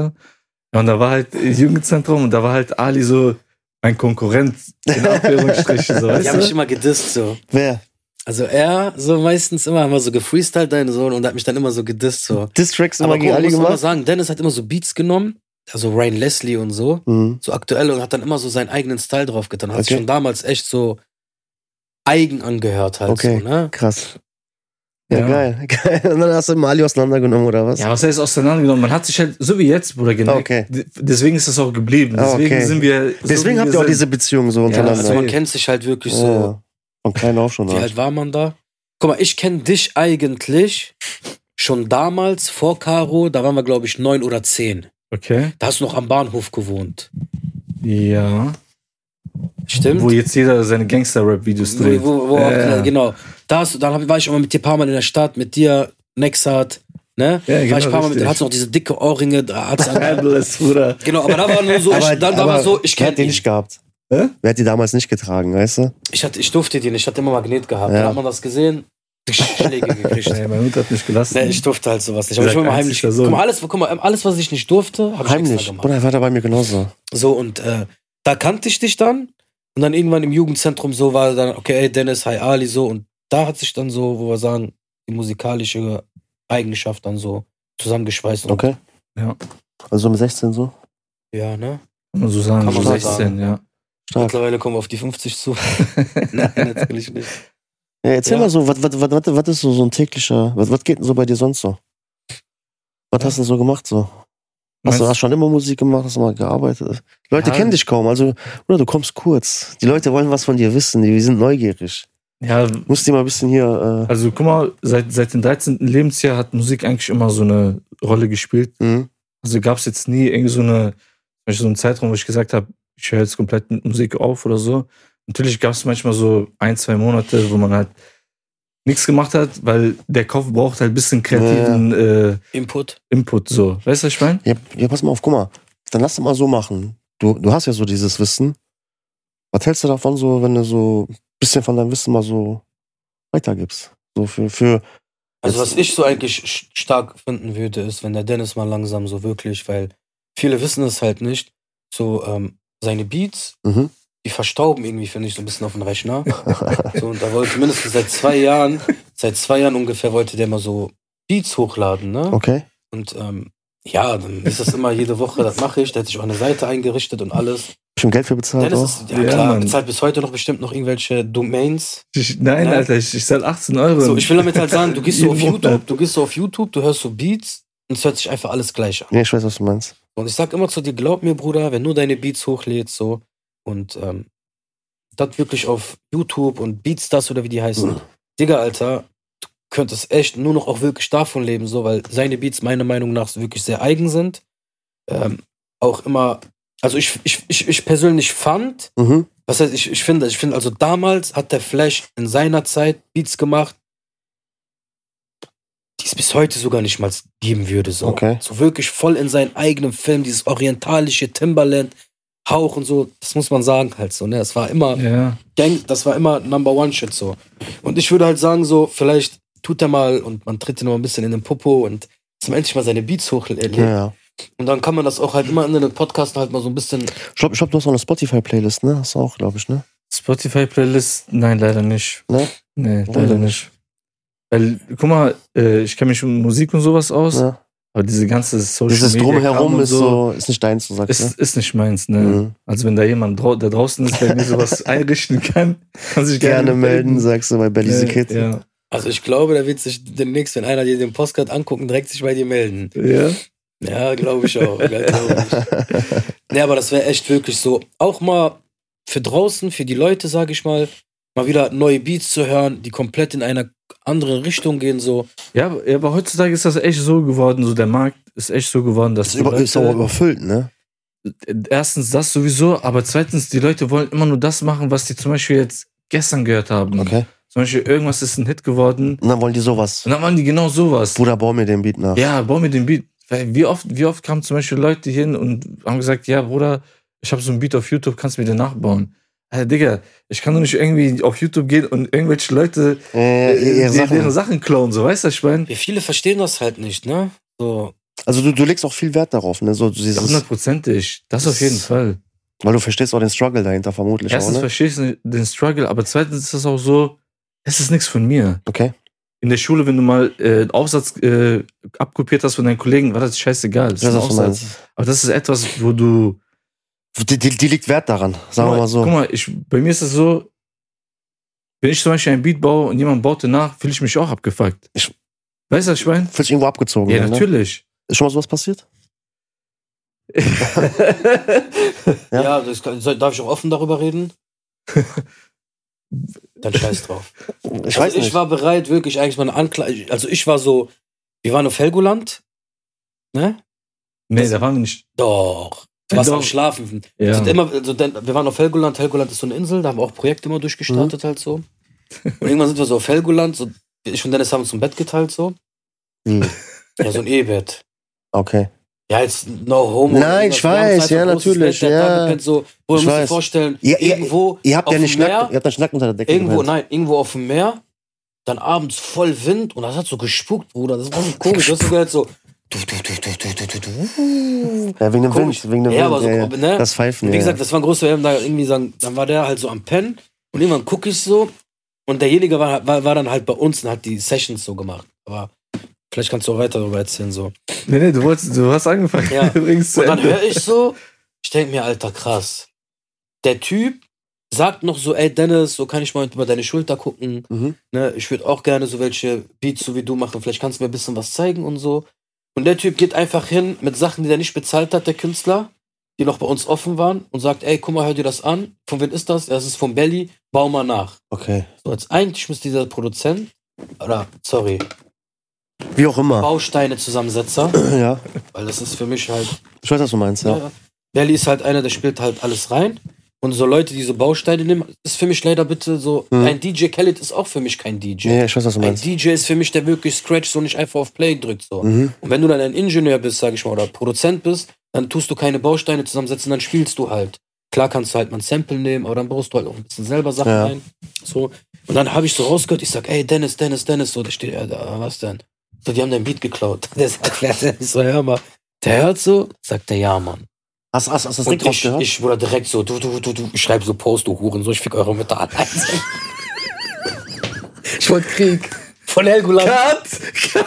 Speaker 1: Ja, Und da war halt Jugendzentrum und da war halt Ali so mein Konkurrent, in Anführungsstrichen, so,
Speaker 2: Die haben mich
Speaker 1: weißt du?
Speaker 2: immer gedisst, so.
Speaker 3: Wer?
Speaker 2: Also er, so meistens immer, haben wir so gefreestylt, deine Sohn, und hat mich dann immer so gedisst, so.
Speaker 3: Distracks
Speaker 2: Aber
Speaker 3: immer
Speaker 2: guck,
Speaker 3: gegen
Speaker 2: man
Speaker 3: alle
Speaker 2: muss immer
Speaker 3: gemacht?
Speaker 2: sagen, Dennis hat immer so Beats genommen, also Ryan Leslie und so,
Speaker 3: Mhm.
Speaker 2: so aktuelle, und hat dann immer so seinen eigenen Style drauf getan. Hat sich
Speaker 3: Okay.
Speaker 2: schon damals echt so eigen angehört halt
Speaker 3: Okay.
Speaker 2: so, ne?
Speaker 3: Krass. Ja,
Speaker 1: Ja.
Speaker 3: geil. geil. Und dann hast du Mali auseinandergenommen, oder was?
Speaker 1: Ja, was heißt auseinandergenommen? Man hat sich halt, so wie jetzt, Bruder, geneigt.
Speaker 3: Okay.
Speaker 1: D- Deswegen ist das auch geblieben.
Speaker 3: Ah,
Speaker 1: Deswegen
Speaker 3: okay.
Speaker 1: sind wir. So
Speaker 3: Deswegen
Speaker 1: wie
Speaker 3: habt
Speaker 1: wir
Speaker 3: ihr auch
Speaker 1: sind.
Speaker 3: diese Beziehung so
Speaker 1: Ja,
Speaker 3: untereinander.
Speaker 2: Also man
Speaker 1: Ja.
Speaker 2: kennt sich halt wirklich so.
Speaker 3: Ja. Von klein auf schon.
Speaker 2: Wie
Speaker 3: oder?
Speaker 2: alt war man da? Guck mal, ich kenne dich eigentlich schon damals vor Caro, da waren wir, glaube ich, neun oder zehn.
Speaker 1: Okay.
Speaker 2: Da hast du noch am Bahnhof gewohnt.
Speaker 1: Ja.
Speaker 2: Stimmt?
Speaker 1: Wo jetzt jeder seine Gangster-Rap-Videos dreht.
Speaker 2: Wo, wo, wo
Speaker 1: ja,
Speaker 2: auch,
Speaker 1: ja.
Speaker 2: genau. Da hast, du- dann hab, war ich immer mit dir ein paar Mal in der Stadt, mit dir, Nexat, ne?
Speaker 1: Ja,
Speaker 2: war
Speaker 1: genau,
Speaker 2: ich ein paar Mal mit dir,
Speaker 1: richtig.
Speaker 2: hast du noch diese dicke Ohrringe, da hat's an,
Speaker 1: Fabulous, Bruder.
Speaker 2: Genau, aber da war nur so, ich, dann war so, ich
Speaker 3: wer
Speaker 2: kenn
Speaker 3: hat die
Speaker 2: ihn.
Speaker 3: nicht gehabt.
Speaker 1: Hä?
Speaker 3: Wer hat die damals nicht getragen, weißt du?
Speaker 2: Ich, hatte, ich durfte den, ich hatte immer Magnet gehabt.
Speaker 3: Ja.
Speaker 2: Da hat man das gesehen, Schläge gekriegt.
Speaker 1: Ey, meine Mutter hat mich gelassen.
Speaker 2: Ne, ich durfte halt sowas nicht. Aber
Speaker 1: Ihr seid
Speaker 2: ich war immer heimlich.
Speaker 1: einzigster Sohn.
Speaker 2: Guck mal, alles, guck mal, alles, was ich nicht durfte, habe ich
Speaker 3: Heimlich.
Speaker 2: extra gemacht.
Speaker 3: Bruder, war da bei mir genauso.
Speaker 2: So, und äh, da kannte ich dich dann. Und dann irgendwann im Jugendzentrum so war dann, okay, ey, Dennis, hi Ali, so. Und da hat sich dann so, wo wir sagen, die musikalische Eigenschaft dann so zusammengeschweißt. Und,
Speaker 3: Okay.
Speaker 1: Ja.
Speaker 3: Also um 16 so.
Speaker 2: Ja, ne?
Speaker 1: Kann man so sagen,
Speaker 2: Kann man
Speaker 1: so
Speaker 2: so
Speaker 1: 16,
Speaker 2: sagen.
Speaker 1: ja.
Speaker 3: Stark.
Speaker 2: Mittlerweile kommen wir auf die 50 zu. Nein, natürlich nicht.
Speaker 3: Ja, erzähl
Speaker 2: Ja.
Speaker 3: mal so, was, was, was, was, was ist so, so ein täglicher, was, was geht denn so bei dir sonst so? Was hast du so gemacht so? Hast du hast
Speaker 1: Meinst-
Speaker 3: schon immer Musik gemacht, hast du mal gearbeitet? Die Leute
Speaker 1: Ja.
Speaker 3: kennen dich kaum, also, Bruder, du kommst kurz. Die Leute wollen was von dir wissen, die, die sind neugierig.
Speaker 1: ja,
Speaker 3: Musst die mal ein bisschen hier,
Speaker 1: also guck mal, seit, seit dem 13. Lebensjahr hat Musik eigentlich immer so eine Rolle gespielt.
Speaker 3: äh, mhm.
Speaker 1: Also gab es jetzt nie irgendwie so eine, zum Beispiel so einen Zeitraum, wo ich gesagt habe, ich höre jetzt komplett mit Musik auf oder so. Natürlich gab es manchmal so ein, zwei Monate, wo man halt nichts gemacht hat, weil der Kopf braucht halt ein bisschen kreativen äh,
Speaker 2: Input.
Speaker 1: Input so. Weißt du, was ich meine?
Speaker 3: Ja, ja, pass mal auf, guck mal. Dann lass es mal so machen. Du, du hast ja so dieses Wissen. Was hältst du davon, so, wenn du so ein bisschen von deinem Wissen mal so weitergibst? So für, für
Speaker 2: Also
Speaker 3: Jetzt-
Speaker 2: was ich so eigentlich sch- stark finden würde, ist, wenn der Dennis mal langsam so wirklich, weil viele wissen es halt nicht, so ähm, seine Beats,
Speaker 3: Mhm.
Speaker 2: die verstauben irgendwie, finde ich, so ein bisschen auf den Rechner. so, und da wollte mindestens seit zwei Jahren, seit zwei Jahren ungefähr wollte der mal so Beats hochladen, ne?
Speaker 3: Okay.
Speaker 2: Und ähm, ja, dann ist das immer jede Woche, das mache ich, der hat sich auch eine Seite eingerichtet und alles.
Speaker 3: Schon Geld für bezahlt
Speaker 2: Dennis
Speaker 3: auch.
Speaker 2: ist, ja
Speaker 1: Ja,
Speaker 2: klar,
Speaker 1: Mann.
Speaker 2: bezahlt bis heute noch bestimmt noch irgendwelche Domains.
Speaker 1: Ich, nein,
Speaker 2: Nein.
Speaker 1: Alter, ich, ich zahle 18 Euro.
Speaker 2: So, ich will damit halt sagen, du gehst so auf
Speaker 1: Jeden Monat.
Speaker 2: YouTube, du gehst so auf YouTube, du hörst so Beats und es hört sich einfach alles gleich an.
Speaker 3: Nee, ich weiß, was du meinst.
Speaker 2: Und ich sag immer zu dir, glaub mir, Bruder, wenn du deine Beats hochlädst, so und ähm, das wirklich auf YouTube und Beats das oder wie die heißen,
Speaker 3: Mhm.
Speaker 2: Digga, Alter, du könntest echt nur noch auch wirklich davon leben, so, weil seine Beats meiner Meinung nach wirklich sehr eigen sind. Ähm, auch immer, also ich, ich, ich, ich persönlich fand,
Speaker 3: Mhm.
Speaker 2: was heißt, ich, ich finde, ich finde, also damals hat der Flash in seiner Zeit Beats gemacht, die es bis heute sogar nicht mal geben würde. So,
Speaker 3: Okay.
Speaker 2: so wirklich voll in seinen eigenen Film, dieses orientalische Timberland, Hauch und so, das muss man sagen halt so, ne? Das war immer
Speaker 1: Ja.
Speaker 2: Gang, das war immer Number One Shit so. Und ich würde halt sagen, so, vielleicht tut er mal und man tritt ihn noch ein bisschen in den Popo und dass man endlich mal seine Beats hochlädt.
Speaker 3: Ja, ja.
Speaker 2: Und dann kann man das auch halt immer in den Podcasten halt mal so ein bisschen
Speaker 3: Ich glaube, glaub, du hast auch eine Spotify-Playlist, ne? Hast du auch, glaube ich, ne?
Speaker 1: Spotify-Playlist? Nein, leider nicht.
Speaker 3: Ne?
Speaker 1: Nee,
Speaker 3: Warum
Speaker 1: leider
Speaker 3: denn
Speaker 1: nicht. Weil, guck mal, äh, ich kenne mich mit Musik und sowas aus.
Speaker 3: Ja.
Speaker 1: Aber diese ganze Social
Speaker 3: Dieses
Speaker 1: Media Kram
Speaker 3: Drumherum
Speaker 1: und
Speaker 3: ist so, ist nicht deins, so sagst
Speaker 1: ist, ist nicht meins, ne?
Speaker 3: du. Mhm.
Speaker 1: Also wenn da jemand drau da draußen ist, der mir sowas einrichten kann, kann sich gerne,
Speaker 3: Gerne melden, sagst du bei Belly the
Speaker 1: Äh,
Speaker 3: Kid.
Speaker 1: Ja.
Speaker 2: Also ich glaube, da wird sich demnächst, wenn einer dir den Postcard anguckt, direkt sich bei dir melden.
Speaker 1: ja.
Speaker 2: Ja, glaube ich auch. ja, glaub ich. Nee, aber das wäre echt wirklich so. Auch mal für draußen, für die Leute, sage ich mal, mal wieder neue Beats zu hören, die komplett in einer anderen Richtung gehen. So,
Speaker 1: Ja, aber- ja, aber heutzutage ist das echt so geworden, so der Markt ist echt so geworden, dass
Speaker 3: Ist,
Speaker 1: die
Speaker 3: über, ist aber
Speaker 1: Leute,
Speaker 3: überfüllt, ne?
Speaker 1: erstens das sowieso, aber zweitens, die Leute wollen immer nur das machen, was die zum Beispiel jetzt gestern gehört haben.
Speaker 3: Okay.
Speaker 1: Zum Beispiel, irgendwas ist ein Hit geworden.
Speaker 3: Und dann wollen die sowas.
Speaker 1: Und dann machen die genau sowas.
Speaker 3: Bruder, bau mir den Beat nach.
Speaker 1: Ja, bau mir den Beat. Weil Wie oft, wie oft kamen zum Beispiel Leute hin und haben gesagt, ja, Bruder, ich habe so einen Beat auf YouTube, kannst du mir den nachbauen? Alter, Digga, ich kann doch nicht irgendwie auf YouTube gehen und irgendwelche Leute
Speaker 3: Äh,
Speaker 1: äh,
Speaker 3: ihr- ihr
Speaker 1: die- deren
Speaker 3: Sachen.
Speaker 1: Sachen klauen, so weißt du, ich meine?
Speaker 2: ja, viele verstehen das halt nicht, ne? So,
Speaker 3: Also du, du legst auch viel Wert darauf, ne? So dieses,
Speaker 1: Hundertprozentig, das auf jeden Fall.
Speaker 3: weil du verstehst auch den Struggle dahinter vermutlich
Speaker 1: Erstens
Speaker 3: auch, ne?
Speaker 1: verstehe ich den Struggle, aber zweitens ist das auch so, es ist nichts von mir.
Speaker 3: Okay.
Speaker 1: In der Schule, wenn du mal äh, einen Aufsatz äh, abkopiert hast von deinen Kollegen, war das scheißegal. Das
Speaker 3: Ich weiß,
Speaker 1: ist ein
Speaker 3: was du
Speaker 1: Aufsatz.
Speaker 3: meinst.
Speaker 1: Aber das ist etwas, wo du
Speaker 3: Die, die, die liegt Wert daran, sagen wir mal so.
Speaker 1: Guck mal, ich, bei mir ist es so, wenn ich zum Beispiel ein Beat baue und jemand baute nach, fühle ich mich auch abgefuckt.
Speaker 3: Ich-
Speaker 1: weißt du, was ich meine?
Speaker 3: Fühlst dich irgendwo abgezogen?
Speaker 1: Ja,
Speaker 3: werden, Ne?
Speaker 1: natürlich.
Speaker 3: Ist schon mal sowas passiert? Ja.
Speaker 2: ja, das kann, soll, darf ich auch offen darüber reden? Dann scheiß drauf.
Speaker 3: Ich
Speaker 2: also
Speaker 3: weiß
Speaker 2: ich
Speaker 3: nicht.
Speaker 2: war bereit, wirklich eigentlich meine Anklage. Also ich war so, wir waren auf Helgoland, ne?
Speaker 1: nee,
Speaker 2: Das-
Speaker 1: da waren wir nicht.
Speaker 2: Doch. Du
Speaker 1: Ja,
Speaker 2: warst
Speaker 1: doch.
Speaker 2: am Schlafen. Wir,
Speaker 1: Ja.
Speaker 2: sind immer, also dann, wir waren auf Helgoland. Helgoland ist so eine Insel, da haben wir auch Projekte immer
Speaker 3: Mhm.
Speaker 2: durchgestartet, halt so. Und irgendwann sind wir so auf Helgoland. So, ich und Dennis haben uns ein Bett geteilt, so.
Speaker 3: Wie?
Speaker 2: Ja, so ein E-Bett.
Speaker 3: Okay.
Speaker 2: Ja, jetzt no homo.
Speaker 3: Nein, ich
Speaker 2: Wir haben uns
Speaker 3: weiß, ja,
Speaker 2: einfach ein großes
Speaker 3: natürlich,
Speaker 2: Bett, der
Speaker 3: ja.
Speaker 2: hat da gepennt, so. Wo,
Speaker 3: Ich
Speaker 2: du musst dir
Speaker 3: weiß.
Speaker 2: vorstellen,
Speaker 3: Ja, ja,
Speaker 2: irgendwo.
Speaker 3: Ihr habt
Speaker 2: auf
Speaker 3: ja nicht
Speaker 2: dem Meer,
Speaker 3: nackt, ihr habt ja nicht nackt unter der Decke.
Speaker 2: Irgendwo,
Speaker 3: gepennt.
Speaker 2: nein, irgendwo auf dem Meer, dann abends voll Wind und das hat so gespuckt, Bruder. Das war so komisch. Du hast so gehört so. Du, du, du, du, du, du, du.
Speaker 3: Ja, wegen dem
Speaker 2: Komisch.
Speaker 3: Wind, wegen dem
Speaker 2: Ja,
Speaker 3: Wind.
Speaker 2: aber so,
Speaker 3: ja, ja.
Speaker 2: ne?
Speaker 3: Das Pfeifen.
Speaker 2: Und wie
Speaker 3: ja.
Speaker 2: gesagt, das war ein großer Helm, da irgendwie sagen, dann war der halt so am Pennen und irgendwann gucke ich so und derjenige war, war, war dann halt bei uns und hat die Sessions so gemacht. Aber vielleicht kannst du auch weiter darüber erzählen so.
Speaker 1: Nee, nee, du, wolltest, du hast angefangen.
Speaker 2: Ja.
Speaker 1: Übrigens zu
Speaker 2: Und dann
Speaker 1: Ende.
Speaker 2: höre ich so, ich denke mir, Alter, krass. Der Typ sagt noch so, ey Dennis, so kann ich mal über deine Schulter gucken.
Speaker 3: Mhm.
Speaker 2: Ne? Ich würde auch gerne so welche Beats so wie du machen. Vielleicht kannst du mir ein bisschen was zeigen und so. Und der Typ geht einfach hin mit Sachen, die er nicht bezahlt hat, der Künstler, die noch bei uns offen waren und sagt, ey, guck mal, hör dir das an. Von wem ist das? Das ist von Belly. Bau mal nach.
Speaker 3: Okay.
Speaker 2: So, jetzt eigentlich müsste dieser Produzent, oder, sorry,
Speaker 3: Wie auch
Speaker 1: Ah.
Speaker 3: immer.
Speaker 2: Bausteine-Zusammensetzer,
Speaker 3: Ja.
Speaker 2: weil das ist für mich halt
Speaker 3: Ich weiß, was du meinst, ja.
Speaker 2: ja. Belly ist halt einer, der spielt halt alles rein. Und so Leute, die so Bausteine nehmen, ist für mich leider bitte so.
Speaker 3: Mhm.
Speaker 2: Ein DJ Khaled ist auch für mich kein DJ.
Speaker 3: Ja, ich weiß, was du
Speaker 2: ein
Speaker 3: meinst.
Speaker 2: DJ ist für mich, der wirklich Scratch so nicht einfach auf Play drückt. So.
Speaker 3: Mhm.
Speaker 2: Und wenn du dann ein Ingenieur bist, sag ich mal, oder Produzent bist, dann tust du keine Bausteine zusammensetzen, dann spielst du halt. Klar kannst du halt mal ein Sample nehmen, aber dann brauchst du halt auch ein bisschen selber Sachen
Speaker 3: Ja.
Speaker 2: rein. So. Und dann habe ich so rausgehört, ich sag, ey, Dennis, Dennis, Dennis, so, der steht, ja, da, was denn? So, die haben dein Beat geklaut. Der sagt, wer denn? Ich so, hör mal. Der hört so, sagt der, ja, Mann.
Speaker 3: Hast du hast, hast das
Speaker 2: Und
Speaker 3: direkt
Speaker 2: ich,
Speaker 3: rausgehört?
Speaker 2: ich wurde direkt so, du, du, du, du, ich schreibe so Post, du Huren, so, ich fick eure Mütter an. Also, ich wollte Krieg. Von Helgoland.
Speaker 1: Cut!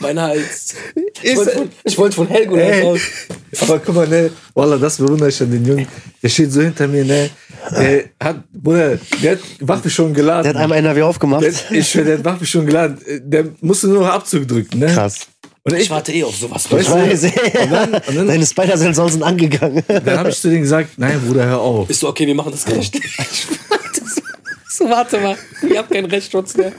Speaker 2: Mein Hals. Ich
Speaker 1: Ist-
Speaker 2: wollte von, ich wollte von Helgoland
Speaker 1: Ey.
Speaker 2: raus.
Speaker 1: Aber guck mal, ne, Wallah, das bewundere ich an den Jungen. Der steht so hinter mir, ne. Der hat, Bruder, der hat Waffe schon geladen.
Speaker 3: Der hat einmal NRW aufgemacht.
Speaker 1: Der hat- ich schwör, der hat Waffe schon geladen. Der musste nur noch Abzug drücken, ne.
Speaker 3: Krass.
Speaker 1: Und
Speaker 2: Ich warte eh auf sowas.
Speaker 1: Weißt du,
Speaker 3: Und
Speaker 1: dann- und dann-
Speaker 3: Deine Spider-Sensoren sind angegangen.
Speaker 1: Dann habe ich zu denen gesagt, nein, Bruder, hör auf.
Speaker 2: Ist so, okay, wir machen das Recht. so, warte mal. Ich hab keinen Rechtsschutz mehr.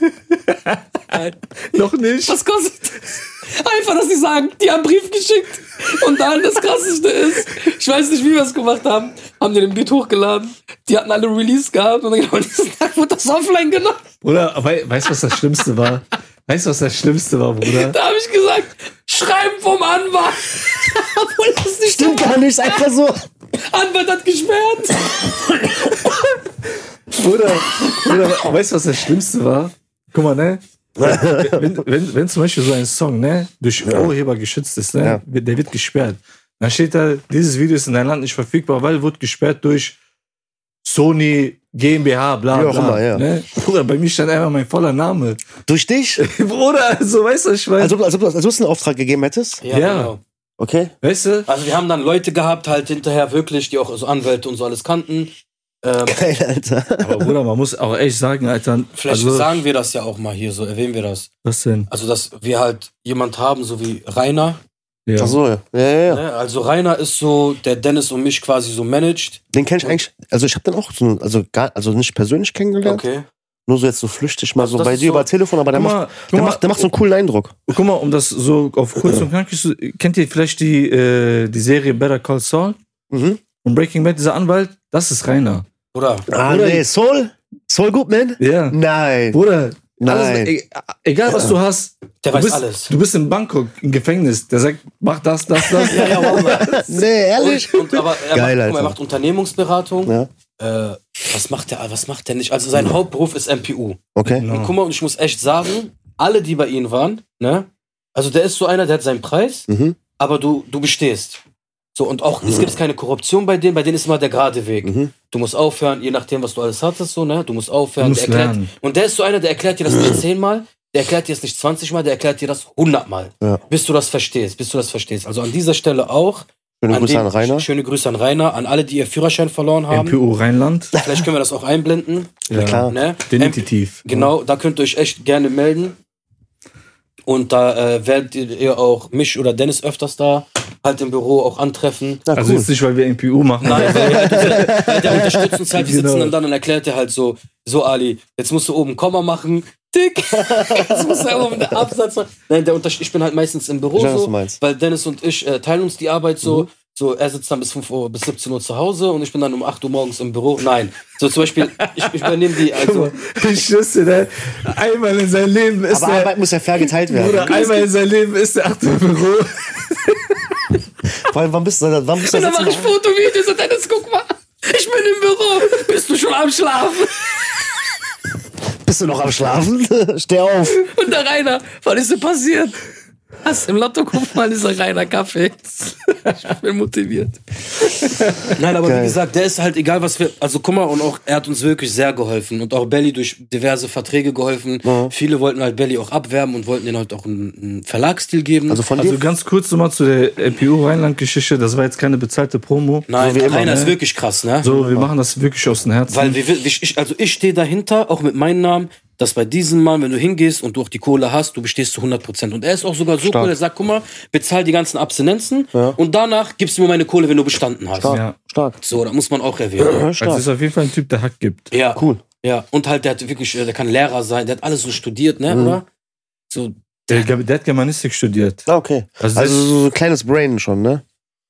Speaker 2: Nein.
Speaker 1: Noch nicht.
Speaker 2: Was kostet das? Einfach, dass sie sagen, die haben einen Brief geschickt. Und dann das Krasseste ist, ich weiß nicht, wie wir es gemacht haben, haben die den Beat hochgeladen. Die hatten alle Release gehabt und dann genau diesen Tag wurde das offline genommen.
Speaker 1: Bruder, wei weißt du, was das Schlimmste war? Weißt du, was das Schlimmste war, Bruder?
Speaker 2: Da habe ich gesagt, schreiben vom Anwalt. Obwohl das nicht
Speaker 3: Stimmt gar nicht, einfach so.
Speaker 2: der Anwalt hat gesperrt.
Speaker 1: Bruder, Bruder, weißt du, was das Schlimmste war? Guck mal, ne? Wenn, wenn, wenn zum Beispiel so ein Song, ne, durch Urheber geschützt ist, ne,
Speaker 3: Ja.
Speaker 1: wird- der wird gesperrt. Dann steht da, dieses Video ist in deinem Land nicht verfügbar, weil wurde gesperrt durch Sony GmbH, bla
Speaker 3: Wie
Speaker 1: bla.
Speaker 3: auch immer, ja.
Speaker 1: ne? Bruder, bei mir stand einfach mein voller Name.
Speaker 3: Durch dich?
Speaker 1: Bruder, so weißt du, was ich meine.
Speaker 3: Also, also, also du es einen Auftrag gegeben hättest?
Speaker 1: Ja.
Speaker 3: Okay.
Speaker 1: weißt du?
Speaker 2: genau. Also wir haben dann Leute gehabt, halt hinterher wirklich, die auch so Anwälte und so alles kannten. Ähm,
Speaker 3: Geil, Alter.
Speaker 1: Aber Bruder, man muss auch echt sagen, Alter.
Speaker 2: vielleicht
Speaker 1: also,
Speaker 2: sagen wir das ja auch mal hier, so erwähnen wir das.
Speaker 1: Was denn?
Speaker 2: Also, dass wir halt jemand haben, so wie Rainer.
Speaker 1: Ja.
Speaker 3: Ach so, ja, ja, ja. ja.
Speaker 2: Ne? Also Rainer ist so, der Dennis und mich quasi so managt.
Speaker 3: Den kenn ich eigentlich, also ich habe den auch so, also gar, also nicht persönlich kennengelernt,
Speaker 2: Okay.
Speaker 3: nur so jetzt so flüchtig mal
Speaker 2: Also
Speaker 3: so
Speaker 2: das
Speaker 3: bei
Speaker 2: ist
Speaker 3: dir
Speaker 2: so-
Speaker 3: über Telefon, aber der
Speaker 1: Guck
Speaker 3: macht,
Speaker 1: mal, guck,
Speaker 3: der
Speaker 1: mal,
Speaker 3: macht, der macht so einen coolen Eindruck.
Speaker 1: guck mal, um das so auf kurz und knackig zu. Kennt ihr vielleicht die, äh, die Serie Better Call Saul?
Speaker 3: Mhm.
Speaker 1: Und Breaking Bad, dieser Anwalt, das ist Rainer.
Speaker 2: Oder?
Speaker 3: Ah,
Speaker 1: Oder-
Speaker 3: nee, Soul? Soul Goodman?
Speaker 1: Ja.
Speaker 3: Nein.
Speaker 1: Bruder,
Speaker 3: Nein.
Speaker 1: Alles, e- egal was du hast,
Speaker 2: Der
Speaker 1: du
Speaker 2: weiß
Speaker 1: bist,
Speaker 2: alles.
Speaker 1: Du bist in Bangkok, im Gefängnis. Der sagt, mach das, das, das.
Speaker 2: Ja, Wallah.
Speaker 3: nee, ehrlich?
Speaker 2: und, und, aber er, macht, guck
Speaker 3: Geil,
Speaker 2: mal,
Speaker 3: Alter.
Speaker 2: er macht Unternehmungsberatung.
Speaker 3: Ja,
Speaker 2: Äh, was macht der? Was macht der nicht? Also sein Hauptberuf ist MPU.
Speaker 3: okay.
Speaker 1: Genau.
Speaker 2: Und guck mal, und ich muss echt sagen, alle, die bei ihm waren, ne? Also der ist so einer, der hat seinen Preis,
Speaker 3: Mhm.
Speaker 2: aber du, du bestehst. So, und auch, es gibt keine Korruption bei denen, bei denen ist immer der gerade Weg.
Speaker 3: Mhm.
Speaker 2: Du musst aufhören, je nachdem, was du alles hattest, so, ne? Du musst aufhören.
Speaker 1: Du musst
Speaker 2: der erklärt,
Speaker 1: lernen.
Speaker 2: Und der ist so einer, der erklärt dir das nicht zehnmal, der erklärt dir das nicht 20 Mal, der erklärt dir das 100 Mal.
Speaker 3: Ja.
Speaker 2: Bis du das verstehst, bis du das verstehst. Also an dieser Stelle auch.
Speaker 3: Schöne Grüße
Speaker 2: den-
Speaker 3: an Rainer.
Speaker 2: Schöne Grüße an Rainer, an alle, die ihr Führerschein verloren haben.
Speaker 1: MPU Rheinland.
Speaker 2: Vielleicht können wir das auch einblenden.
Speaker 1: Ja,
Speaker 3: klar.
Speaker 2: Ne? MP
Speaker 1: Definitiv.
Speaker 2: Genau, da könnt ihr euch echt gerne melden. Und da äh, werdet ihr auch mich oder Dennis öfters da halt im Büro auch antreffen.
Speaker 3: Na,
Speaker 1: Also
Speaker 3: cool.
Speaker 1: jetzt nicht, weil wir MPU machen.
Speaker 2: Nein, weil wir halt, weil der unterstützt uns halt, wir sitzen
Speaker 1: Genau.
Speaker 2: dann da und erklärt er halt so, so Ali, jetzt musst du oben Komma machen, tick, jetzt musst du oben den Absatz machen. Nein, der unterst- ich bin halt meistens im Büro
Speaker 3: Ich weiß, was du
Speaker 2: so,
Speaker 3: meinst. Mhm.
Speaker 2: weil Dennis und ich äh, teilen uns die Arbeit so. So, er sitzt dann bis 5 Uhr, bis 17 Uhr zu Hause und ich bin dann um 8 Uhr morgens im Büro. Nein. So zum Beispiel, ich, ich übernehme die, also
Speaker 1: Ich schüsse, der einmal in seinem Leben ist
Speaker 3: Aber
Speaker 1: der.
Speaker 3: Arbeit muss ja fair geteilt werden.
Speaker 1: Bruder, einmal in seinem Leben ist der achte im Büro.
Speaker 3: Vor allem, wann bist du wann bist du das letzte Mal?
Speaker 2: Fotovideos und Dennis, guck mal, ich bin im Büro. Bist du schon am Schlafen?
Speaker 3: Bist du noch am Schlafen? Steh auf.
Speaker 2: Und der Rainer, was ist denn passiert? Hast im Lotto guck mal, dieser Rainer Kaffee. Ich bin motiviert. Nein, aber
Speaker 3: Geil.
Speaker 2: wie gesagt, der ist halt egal, was wir. Also guck mal, und auch er hat uns wirklich sehr geholfen und auch Belly durch diverse Verträge geholfen. Viele wollten halt Belly auch abwerben und wollten ihn halt auch einen, einen Verlagsdeal geben.
Speaker 3: Also von
Speaker 1: Also
Speaker 3: dir?
Speaker 1: ganz kurz nochmal zu der MPU Rheinland-Geschichte. Das war jetzt keine bezahlte Promo.
Speaker 2: Nein,
Speaker 3: so wie immer,
Speaker 2: Rainer ist
Speaker 1: ne?
Speaker 2: wirklich krass, ne?
Speaker 1: So, wir machen das wirklich aus dem Herzen.
Speaker 2: Weil wir, wir, ich, also ich stehe dahinter, auch mit meinem Namen, dass bei diesem Mann, wenn du hingehst und du auch die Kohle hast, du bestehst zu 100%. Und er ist auch sogar so
Speaker 3: Stark.
Speaker 2: cool, er sagt, guck mal, bezahl die ganzen Abstinenzen
Speaker 3: Ja.
Speaker 2: und danach gibst du mir meine Kohle, wenn du bestanden hast.
Speaker 3: Stark.
Speaker 1: Ja.
Speaker 3: Stark.
Speaker 2: So, da muss man auch erwähnen.
Speaker 3: Ja,
Speaker 1: Also es
Speaker 3: Stark. Ah,
Speaker 1: ist auf jeden Fall ein Typ, der Hack gibt.
Speaker 2: ja,
Speaker 3: Cool.
Speaker 2: ja. Und halt, der hat wirklich, äh, der kann Lehrer sein, der hat alles so studiert, ne, oder? So,
Speaker 1: Der, der hat Germanistik studiert.
Speaker 3: Ah, okay.
Speaker 1: Also,
Speaker 3: Also so ein kleines Brain schon, ne?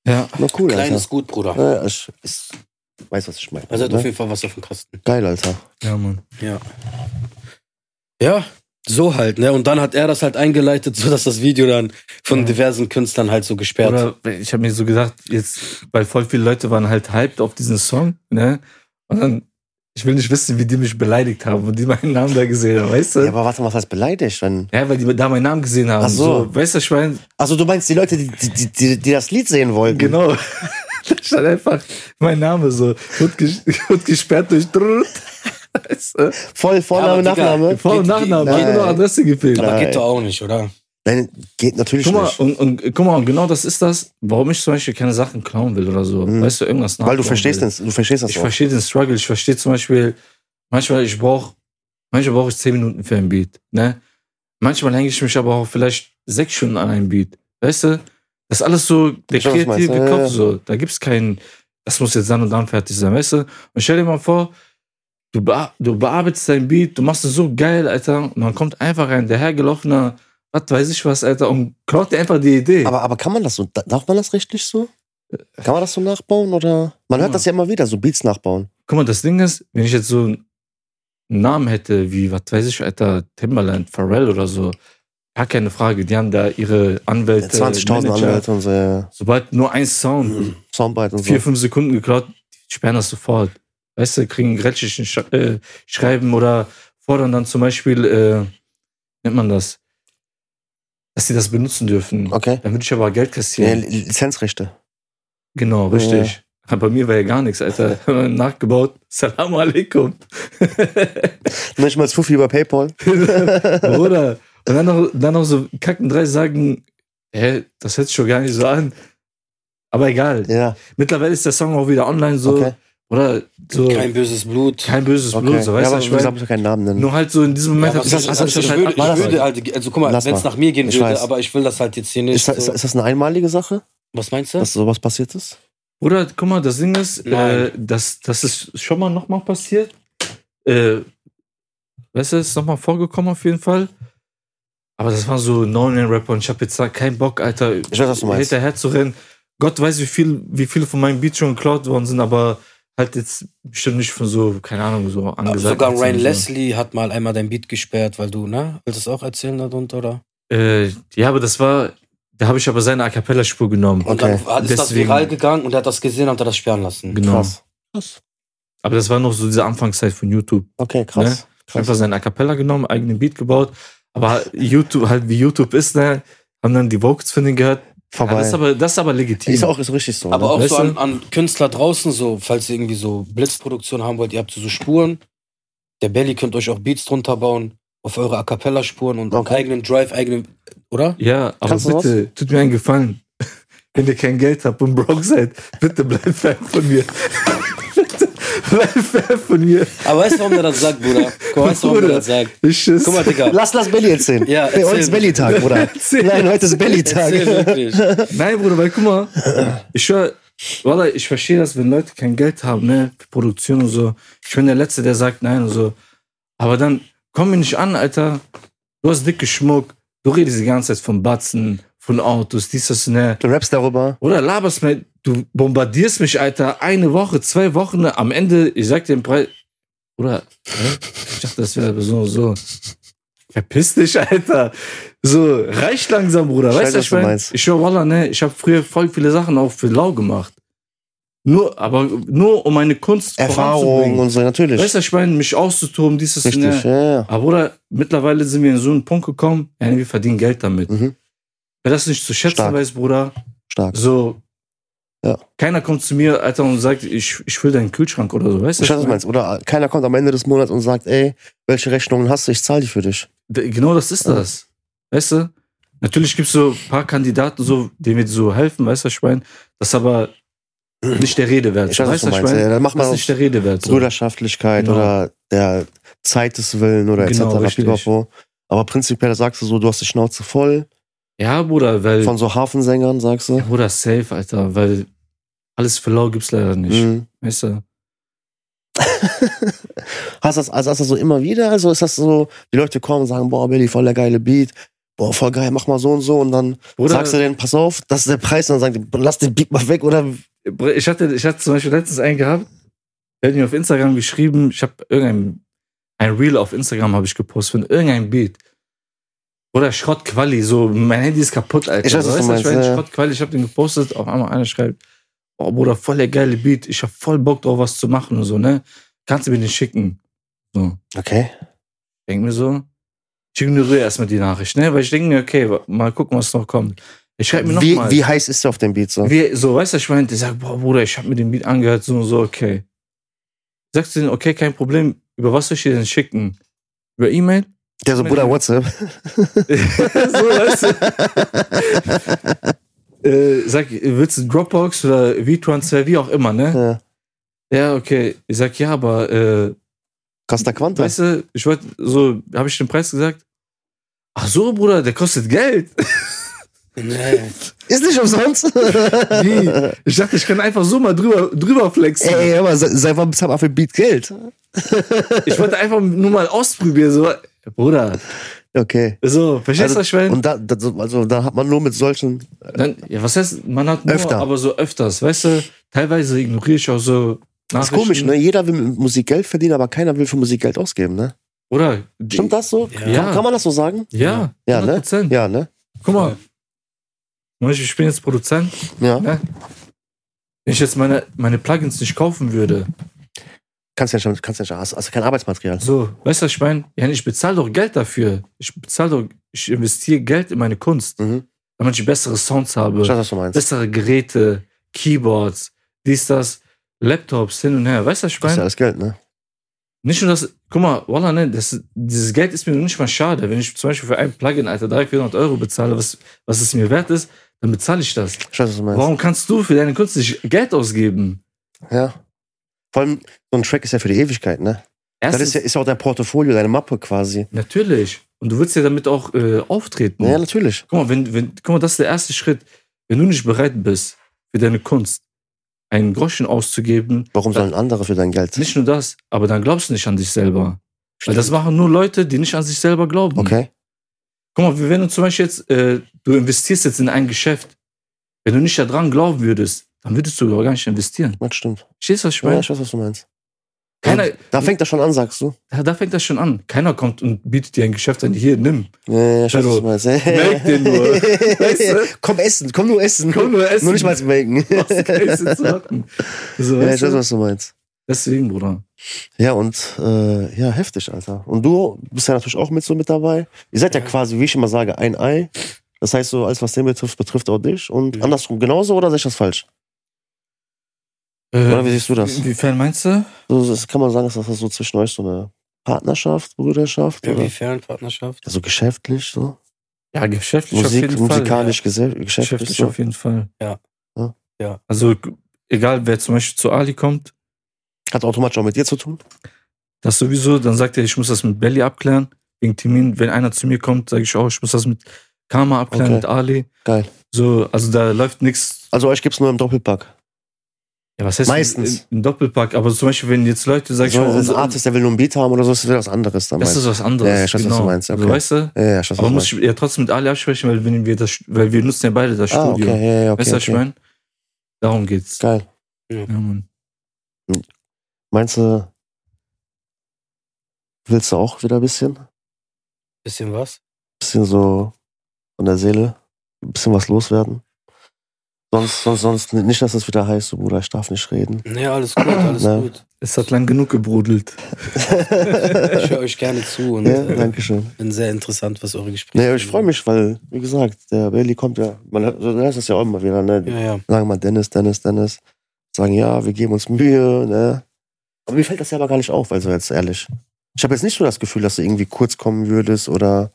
Speaker 1: der, ja.
Speaker 3: Na cool,
Speaker 2: kleines
Speaker 3: Alter.
Speaker 2: Gut, Bruder.
Speaker 3: Ja, ja, ich, ich weiß, was ich meine.
Speaker 2: Also, er hat auf
Speaker 3: ne?
Speaker 2: jeden Fall was auf dem Kasten.
Speaker 3: Geil, Alter.
Speaker 1: ja, Mann.
Speaker 2: Ja. Ja, so halt, ne? Und dann hat er das halt eingeleitet, so dass das Video dann von diversen Künstlern halt so gesperrt
Speaker 1: Oder ich habe mir so gedacht, jetzt, weil voll viele Leute waren halt hyped auf diesen Song, ne? Und dann, ich will nicht wissen, wie die mich beleidigt haben und die meinen Namen da gesehen haben, weißt du?
Speaker 3: Ja,
Speaker 1: Ja,
Speaker 3: aber warte, was heißt beleidigt? Wenn,
Speaker 1: weil die da meinen Namen gesehen haben.
Speaker 3: Ach so.
Speaker 1: Weißt du, ich meine,
Speaker 3: also du meinst die Leute, die, die, die- die, die das Lied sehen wollten?
Speaker 1: genau. da stand einfach mein Name so. Wird, ges wird gesperrt durch. Drrrr. Weißt du?
Speaker 3: Voll, Vorname,
Speaker 2: Ja, aber Digga,
Speaker 3: Nachname?
Speaker 1: Vor- und
Speaker 2: Geht- geht-
Speaker 1: Nachname,
Speaker 3: nein.
Speaker 1: hat nur noch Adresse gefehlt.
Speaker 2: Aber
Speaker 3: Nein.
Speaker 2: geht doch auch nicht, oder?
Speaker 3: Nein, geht natürlich
Speaker 1: Guck mal,
Speaker 3: nicht.
Speaker 1: und, und, guck mal, und genau das ist das, warum ich zum Beispiel keine Sachen klauen will oder so. Weißt du, irgendwas
Speaker 3: Mhm. Weil du
Speaker 1: nachklauen
Speaker 3: verstehst,
Speaker 1: will.
Speaker 3: den, du verstehst das
Speaker 1: Ich
Speaker 3: auch.
Speaker 1: verstehe den Struggle. Ich verstehe zum Beispiel, manchmal ich brauche, manchmal brauche ich 10 Minuten für ein Beat. Ne? Manchmal hänge ich mich aber auch vielleicht sechs Stunden an einem Beat. Weißt du? Das ist alles so der
Speaker 3: Ich weiß, was du meinst.
Speaker 1: kreative
Speaker 3: Ja, ja,
Speaker 1: Kopf.
Speaker 3: ja.
Speaker 1: So. Da gibt es keinen, das muss jetzt dann und dann fertig sein, weißt du? Und stell dir mal vor, du, bea- du bearbeitest dein Beat, du machst es so geil, Alter, und dann kommt einfach ein dahergelaufener, was weiß ich was, Alter, und klaut dir einfach die Idee.
Speaker 3: Aber, aber kann man das so? da- Darf man das rechtlich so? Kann man das so nachbauen? Oder? Man hört
Speaker 1: Äh. Ja.
Speaker 3: das ja immer wieder, so Beats nachbauen.
Speaker 1: Guck mal, das Ding ist, wenn ich jetzt so einen Namen hätte, wie, was weiß ich, Alter, Timberland, Pharrell oder so, gar keine Frage, die haben da ihre Anwälte.
Speaker 3: 20.000
Speaker 1: äh, Manager.
Speaker 3: Anwälte Mhm. und so, ja.
Speaker 1: Sobald nur ein Sound,
Speaker 3: Soundbite und so.
Speaker 1: vier, fünf Sekunden geklaut, die sperren das sofort. Weißt du, kriegen grätschischen Sch äh, Schreiben oder fordern dann zum Beispiel, äh, nennt man das, dass sie das benutzen dürfen.
Speaker 3: Okay.
Speaker 1: Dann würde ich aber Geld
Speaker 3: Ja,
Speaker 1: kassieren.
Speaker 3: Lizenzrechte.
Speaker 1: Genau,
Speaker 3: Ja.
Speaker 1: richtig. Bei mir war ja gar nichts, Alter. Nachgebaut. Salam alaikum.
Speaker 3: Nicht mal Fuffi über Paypal.
Speaker 1: Bruder. Und dann noch, dann noch so kacken drei sagen, hä, das hört sich schon gar nicht so an. Aber egal.
Speaker 3: Ja,
Speaker 1: Mittlerweile ist der Song auch wieder online so.
Speaker 3: okay.
Speaker 1: Oder so.
Speaker 2: Kein böses Blut.
Speaker 1: kein böses
Speaker 3: okay.
Speaker 1: Blut, so
Speaker 3: ja,
Speaker 1: weißt
Speaker 3: aber
Speaker 1: du,
Speaker 3: ich
Speaker 1: ich meine,
Speaker 3: habe ich keinen Namen nennen.
Speaker 1: nur halt so in diesem Moment
Speaker 2: Ja,
Speaker 1: hab
Speaker 2: aber
Speaker 1: ich
Speaker 3: das-
Speaker 1: das, hab ich das
Speaker 2: ich
Speaker 1: halt
Speaker 2: würde, ich
Speaker 1: abgearbeitet.
Speaker 2: würde halt, also guck mal,
Speaker 3: Lass
Speaker 2: wenn es
Speaker 3: mal.
Speaker 2: nach mir gehen
Speaker 3: Ich
Speaker 2: würde,
Speaker 3: weiß.
Speaker 2: aber ich will das halt jetzt hier nicht.
Speaker 3: ist, das,
Speaker 2: so.
Speaker 3: ist das eine einmalige Sache,
Speaker 2: Was meinst du?
Speaker 3: dass sowas passiert ist?
Speaker 1: Oder guck mal, das Ding ist,
Speaker 2: Nein.
Speaker 1: äh, das, das ist schon mal nochmal passiert. Äh, weißt du, ist nochmal vorgekommen auf jeden Fall. Aber das war so Non-Rapper und ich habe jetzt da keinen Bock, Alter,
Speaker 3: Ich weiß, was du meinst.
Speaker 1: hinterher zu rennen. Gott weiß, wie viel, wie viele von meinen Beats schon geklaut worden sind, aber halt jetzt bestimmt nicht von so, keine Ahnung, so
Speaker 3: Äh,
Speaker 1: angesagt.
Speaker 2: Sogar Ryan
Speaker 1: So.
Speaker 2: Leslie hat mal einmal dein Beat gesperrt, weil du, ne? Willst du das auch erzählen darunter, oder?
Speaker 1: Äh, ja, aber das war, da habe ich aber seine A Cappella-Spur genommen.
Speaker 2: Und
Speaker 3: Okay.
Speaker 2: dann hat, ist das
Speaker 1: Deswegen.
Speaker 2: viral gegangen und er hat das gesehen und hat er das sperren lassen.
Speaker 1: Genau.
Speaker 3: Krass. Krass.
Speaker 1: Aber das war noch so diese Anfangszeit von YouTube.
Speaker 3: Okay, krass.
Speaker 1: Einfach
Speaker 3: krass.
Speaker 1: seinen A Cappella genommen, eigenen Beat gebaut. Aber YouTube, halt wie YouTube ist, ne, haben dann die Vocals von denen gehört. Ja,
Speaker 3: Vorbei.
Speaker 1: das, ist
Speaker 3: ist,
Speaker 1: aber, das ist aber legitim.
Speaker 3: auch ist richtig so.
Speaker 2: Aber
Speaker 3: ne?
Speaker 2: auch
Speaker 1: Weißt
Speaker 2: so
Speaker 1: du?
Speaker 2: an, an Künstler draußen, so, falls ihr irgendwie so Blitzproduktion haben wollt, ihr habt so, so Spuren. Der Belly könnt euch auch Beats drunter bauen, auf eure A Cappella-Spuren und
Speaker 3: Okay.
Speaker 2: eigenen Drive, eigenen, oder?
Speaker 1: ja, aber
Speaker 3: Kannst du
Speaker 1: bitte, tut mir einen Gefallen. Wenn ihr kein Geld habt und broke seid, bitte bleibt fern von mir. bitte bleibt fern von mir.
Speaker 2: Aber weißt du, warum der das sagt, Bruder? Guck, weißt du, warum
Speaker 1: Bruder.
Speaker 2: der das sagt?
Speaker 1: Ich schiss.
Speaker 2: Guck mal, Digga.
Speaker 3: Lass, lass Belly erzählen.
Speaker 2: Ja,
Speaker 3: Hey, heute
Speaker 2: erzähl.
Speaker 3: ist Belly-Tag, Bruder.
Speaker 1: Erzähl.
Speaker 3: Nein, heute ist
Speaker 2: Erzähl
Speaker 3: Belly-Tag.
Speaker 2: wirklich.
Speaker 1: Nein, Bruder, weil guck mal, ich höre, Walla, ich verstehe das, wenn Leute kein Geld haben, ne, für Produktion und so. Ich bin der Letzte, der sagt nein und so. Aber dann komm mir nicht an, Alter. Du hast dicke Schmuck, du redest die ganze Zeit von Batzen, von Autos, dies, das, ne.
Speaker 3: Du rappst darüber.
Speaker 1: Oder laberst mir, du bombardierst mich, Alter, eine Woche, zwei Wochen, ne, am Ende, ich sag dir den Preis. Oder, hä? ich dachte, das wäre so und so. Verpiss dich, Alter. So, reicht langsam, Bruder. Weißt
Speaker 3: Scheiß,
Speaker 1: du,
Speaker 3: was
Speaker 1: ich
Speaker 3: du
Speaker 1: mein,
Speaker 3: meinst.
Speaker 1: ich schwör, Wallah, ne, ich habe früher voll viele Sachen auch für lau gemacht. Nur, aber nur um meine Kunst
Speaker 3: Erfahrung
Speaker 1: voranzubringen.
Speaker 3: und so, natürlich.
Speaker 1: Weißt du, ich meine, mich auszutoben, dieses,
Speaker 3: Richtig,
Speaker 1: ne.
Speaker 3: ja, ja.
Speaker 1: Aber Bruder, mittlerweile sind wir in so einen Punkt gekommen, ja, wir verdienen Geld damit.
Speaker 3: Mhm.
Speaker 1: Wer das nicht zu schätzen
Speaker 3: Stark.
Speaker 1: weiß, Bruder,
Speaker 3: Stark.
Speaker 1: so.
Speaker 3: Ja.
Speaker 1: Keiner kommt zu mir, Alter, und sagt, ich, ich will deinen Kühlschrank oder so, weißt du?
Speaker 3: Ich weiß, was du meinst. Oder keiner kommt am Ende des Monats und sagt, ey, welche Rechnungen hast du? Ich zahle die für dich.
Speaker 1: D- Genau das ist das. Weißt du? Natürlich gibt es so ein paar Kandidaten, so, denen wir so helfen, weißt du, was ich meine? Das ist aber nicht der Rede wert.
Speaker 3: Ich weiß, was
Speaker 1: Also weißt
Speaker 3: du
Speaker 1: was ich
Speaker 3: meinst.
Speaker 1: meine?
Speaker 3: Ja, dann macht
Speaker 1: Das
Speaker 3: man
Speaker 1: ist
Speaker 3: auch
Speaker 1: nicht der Rede wert. So.
Speaker 3: Brüderschaftlichkeit
Speaker 1: Genau.
Speaker 3: oder der Zeit des Willen oder
Speaker 1: Genau,
Speaker 3: etc.
Speaker 1: richtig.
Speaker 3: Pipapo. Aber prinzipiell sagst du so, du hast die Schnauze voll
Speaker 1: Ja, Bruder, weil.
Speaker 3: von so Hafensängern, sagst du.
Speaker 1: Bruder, safe, Alter, weil alles für lau gibt's leider nicht.
Speaker 3: Mhm.
Speaker 1: Weißt du?
Speaker 3: Hast das, also hast das so immer wieder? Also ist das so, die Leute kommen und sagen, boah, Billy, voll der geile Beat. Boah, voll geil, mach mal so und so. Und dann
Speaker 1: Bruder,
Speaker 3: sagst du denen, pass auf, das ist der Preis. Und dann sagen die, lass den Beat mal weg. Oder
Speaker 1: ich hatte, ich hatte zum Beispiel letztens einen gehabt, der hat mir auf Instagram geschrieben, ich habe irgendein ein Reel auf Instagram habe ich gepostet von irgendein Beat. Oder Schrottquali, so mein Handy ist kaputt, Alter.
Speaker 3: Ich weiß, was du
Speaker 1: Weißt ich
Speaker 3: meinst, ja.
Speaker 1: Schrottquali, ich habe den gepostet, auf einmal einer schreibt, oh Bruder, voll der geile Beat, ich habe voll Bock drauf, was zu machen und so, ne? Kannst du mir den schicken? So,
Speaker 3: okay,
Speaker 1: denk mir so, ich ignoriere erstmal die Nachricht, ne? Weil ich denke mir, okay, wa- mal gucken, was noch kommt. Ich schreibe mir
Speaker 3: wie,
Speaker 1: nochmal.
Speaker 3: wie heiß ist der auf dem Beat so?
Speaker 1: Wir, so, weißt du, ich meine, der sagt, boah, Bruder, ich habe mir den Beat angehört, so und so, okay. Sagst du denen, okay, kein Problem, über was soll ich dir denn schicken? Über E-Mail?
Speaker 3: Der so, Bruder, WhatsApp.
Speaker 1: so, weißt du? äh, sag, willst du Dropbox oder V-Transfer, wie auch immer, ne?
Speaker 3: Ja.
Speaker 1: Ja, okay. Ich sag, ja, aber, äh,
Speaker 3: Costa Quanta.
Speaker 1: weißt du, ich wollte, so, habe ich den Preis gesagt? Ach so, Bruder, der kostet Geld.
Speaker 2: Nee.
Speaker 3: Ist nicht umsonst.
Speaker 1: Wie? Ich dachte, ich kann einfach so mal drüber, drüber flexen.
Speaker 3: Ey, aber selber bezahlt man für Beat Geld.
Speaker 1: Ich wollte einfach nur mal ausprobieren, so, Bruder.
Speaker 3: Okay.
Speaker 1: So, verstehst du, was ich meine?
Speaker 3: Und da, da, so- also, da hat man nur mit solchen.
Speaker 1: Dann, ja, was heißt, man hat nur,
Speaker 3: Öfter.
Speaker 1: aber so öfters, weißt du, teilweise ignoriere ich auch so
Speaker 3: Das ist
Speaker 1: Nachrichten.
Speaker 3: komisch, ne? Jeder will mit Musik Geld verdienen, aber keiner will für Musik Geld ausgeben, ne?
Speaker 1: Oder?
Speaker 3: Stimmt das so?
Speaker 2: Ja.
Speaker 3: Kann, kann man das so sagen?
Speaker 1: Ja,
Speaker 3: Ja, ne?
Speaker 1: 100%.
Speaker 3: Ja, ne?
Speaker 1: Guck mal, zum Beispiel, ich bin jetzt Produzent,
Speaker 3: Ja.
Speaker 1: wenn ich jetzt meine, meine Plugins nicht kaufen würde,
Speaker 3: Kannst ja nicht, kannst ja nicht, hast, hast ja kein Arbeitsmaterial.
Speaker 1: so, weißt du, was ich meine, ja, ich bezahle doch Geld dafür. Ich bezahle doch, ich investiere Geld in meine Kunst,
Speaker 3: Mhm.
Speaker 1: damit ich bessere Sounds habe,
Speaker 3: Ich weiß, was du meinst.
Speaker 1: bessere Geräte, Keyboards, dies, das, Laptops hin und her. Weißt du, was ich
Speaker 3: Das ist ja
Speaker 1: meine?
Speaker 3: alles Geld, ne?
Speaker 1: Nicht nur das, guck mal, Wallah, ne, das, dieses Geld ist mir nicht mal schade. Wenn ich zum Beispiel für ein Plugin, Alter, 300, 400 Euro bezahle, was, was es mir wert ist, dann bezahle ich das.
Speaker 3: Ich weiß, was du meinst.
Speaker 1: Warum kannst du für deine Kunst nicht Geld ausgeben?
Speaker 3: Ja. Vor allem, so ein Track ist ja für die Ewigkeit, ne? Das
Speaker 1: Erstens,
Speaker 3: ist ja ist ja auch dein Portfolio, deine Mappe quasi.
Speaker 1: natürlich. Und du willst ja damit auch äh, auftreten.
Speaker 3: Ja, natürlich.
Speaker 1: Guck mal, wenn, wenn, guck mal, das ist der erste Schritt. Wenn du nicht bereit bist, für deine Kunst einen Groschen auszugeben,
Speaker 3: Warum
Speaker 1: Ja.
Speaker 3: sollen andere für dein Geld?
Speaker 1: nicht nur das, aber dann glaubst du nicht an dich selber. Weil
Speaker 3: Stimmt.
Speaker 1: das machen nur Leute, die nicht an sich selber glauben.
Speaker 3: Okay.
Speaker 1: Guck mal, wenn du zum Beispiel jetzt, äh, du investierst jetzt in ein Geschäft, wenn du nicht daran glauben würdest, dann würdest du gar nicht investieren.
Speaker 3: Das stimmt.
Speaker 1: Verstehst du, was ich
Speaker 3: Ja,
Speaker 1: meine?
Speaker 3: ich weiß, was du meinst.
Speaker 1: Keiner,
Speaker 3: Da fängt das schon an, sagst du?
Speaker 1: da, da fängt das schon an. Keiner kommt und bietet dir ein Geschäft an, hier, nimm.
Speaker 3: Ja, ja, ich weiß, was
Speaker 1: Also,
Speaker 3: du meinst.
Speaker 1: melk den nur. Weißt
Speaker 3: komm essen, komm nur essen.
Speaker 1: Komm, nur essen.
Speaker 3: Nur nicht mal als melken.
Speaker 1: Was kannst du zu machen? so,
Speaker 3: Ja,
Speaker 1: weißt
Speaker 3: ich weiß,
Speaker 1: du?
Speaker 3: was du meinst.
Speaker 1: Deswegen, Bruder.
Speaker 3: Ja, und äh, ja, heftig, Alter. Und du bist ja natürlich auch mit so mit dabei. Ihr seid ja, quasi, wie ich immer sage, ein Ei. Das heißt so, alles, was den betrifft, betrifft auch dich. Und
Speaker 2: Mhm.
Speaker 3: andersrum genauso, oder sehe ich das falsch?
Speaker 1: Äh,
Speaker 3: Oder wie siehst du das?
Speaker 1: Inwiefern meinst du?
Speaker 3: So, das kann man sagen, dass das so zwischen euch so eine Partnerschaft, Brüderschaft, oder?
Speaker 2: Inwiefern Partnerschaft?
Speaker 3: Also geschäftlich, so.
Speaker 1: Ja, geschäftlich auf
Speaker 3: Musik,
Speaker 1: jeden Fall.
Speaker 3: musikalisch, gesell- geschäftlich.
Speaker 1: Geschäftlich
Speaker 3: So.
Speaker 1: auf jeden Fall.
Speaker 2: Ja.
Speaker 3: Ja.
Speaker 2: Ja.
Speaker 1: Also, g- egal wer zum Beispiel zu Ali kommt,
Speaker 3: Hat automatisch auch mit dir zu tun.
Speaker 1: das sowieso, dann sagt er, ich muss das mit Belly abklären, wegen Termin. Wenn einer zu mir kommt, sage ich auch, ich muss das mit Karma abklären,
Speaker 3: Okay.
Speaker 1: mit Ali.
Speaker 3: Geil.
Speaker 1: So, also da läuft nichts.
Speaker 3: Also euch gibt's nur im Doppelpack.
Speaker 1: Ja, was heißt
Speaker 3: Meistens.
Speaker 1: Ein Doppelpack, aber zum Beispiel, wenn jetzt Leute, sag ich
Speaker 3: So,
Speaker 1: mal,
Speaker 3: ein
Speaker 1: unser-
Speaker 3: Artist, der will nur ein Beat haben oder so, das ist wieder was anderes. Dann
Speaker 1: das ist was anderes.
Speaker 3: Ja, ja, ich weiß, was du meinst,
Speaker 1: Also,
Speaker 3: okay.
Speaker 1: weißt du?
Speaker 3: ja, ja, ich weiß,
Speaker 1: Aber
Speaker 3: was
Speaker 1: muss ich ja trotzdem mit Ali absprechen, weil wenn wir das, weil wir nutzen ja beide das
Speaker 3: du meinst. ah,
Speaker 1: Studio.
Speaker 3: okay, ja, ja, okay.
Speaker 1: weißt du, was ich
Speaker 3: okay.
Speaker 1: meine? Darum geht's.
Speaker 3: Geil.
Speaker 1: Ja, Mann.
Speaker 3: Meinst du, willst du auch wieder ein bisschen?
Speaker 2: Bisschen was?
Speaker 3: bisschen so von der Seele, ein bisschen was loswerden? Sonst, sonst, sonst nicht, dass es wieder heißt, so, Bruder, ich darf nicht reden.
Speaker 2: Nee, alles gut, alles
Speaker 3: Na.
Speaker 2: gut.
Speaker 1: Es hat lang genug gebrudelt.
Speaker 2: Ich höre euch gerne zu und
Speaker 3: ja,
Speaker 2: äh,
Speaker 3: Dankeschön.
Speaker 2: bin sehr interessant, was eure Gespräche
Speaker 3: Nee, ich freue mich, weil, wie gesagt, der Bailey kommt ja, man hört man hört das ja auch immer wieder, ne?
Speaker 2: Ja, ja.
Speaker 3: sagen mal Dennis, Dennis, Dennis. Sagen, ja, wir geben uns Mühe, ne? Aber mir fällt das ja aber gar nicht auf, also jetzt ehrlich. Ich habe jetzt nicht so das Gefühl, dass du irgendwie kurz kommen würdest oder.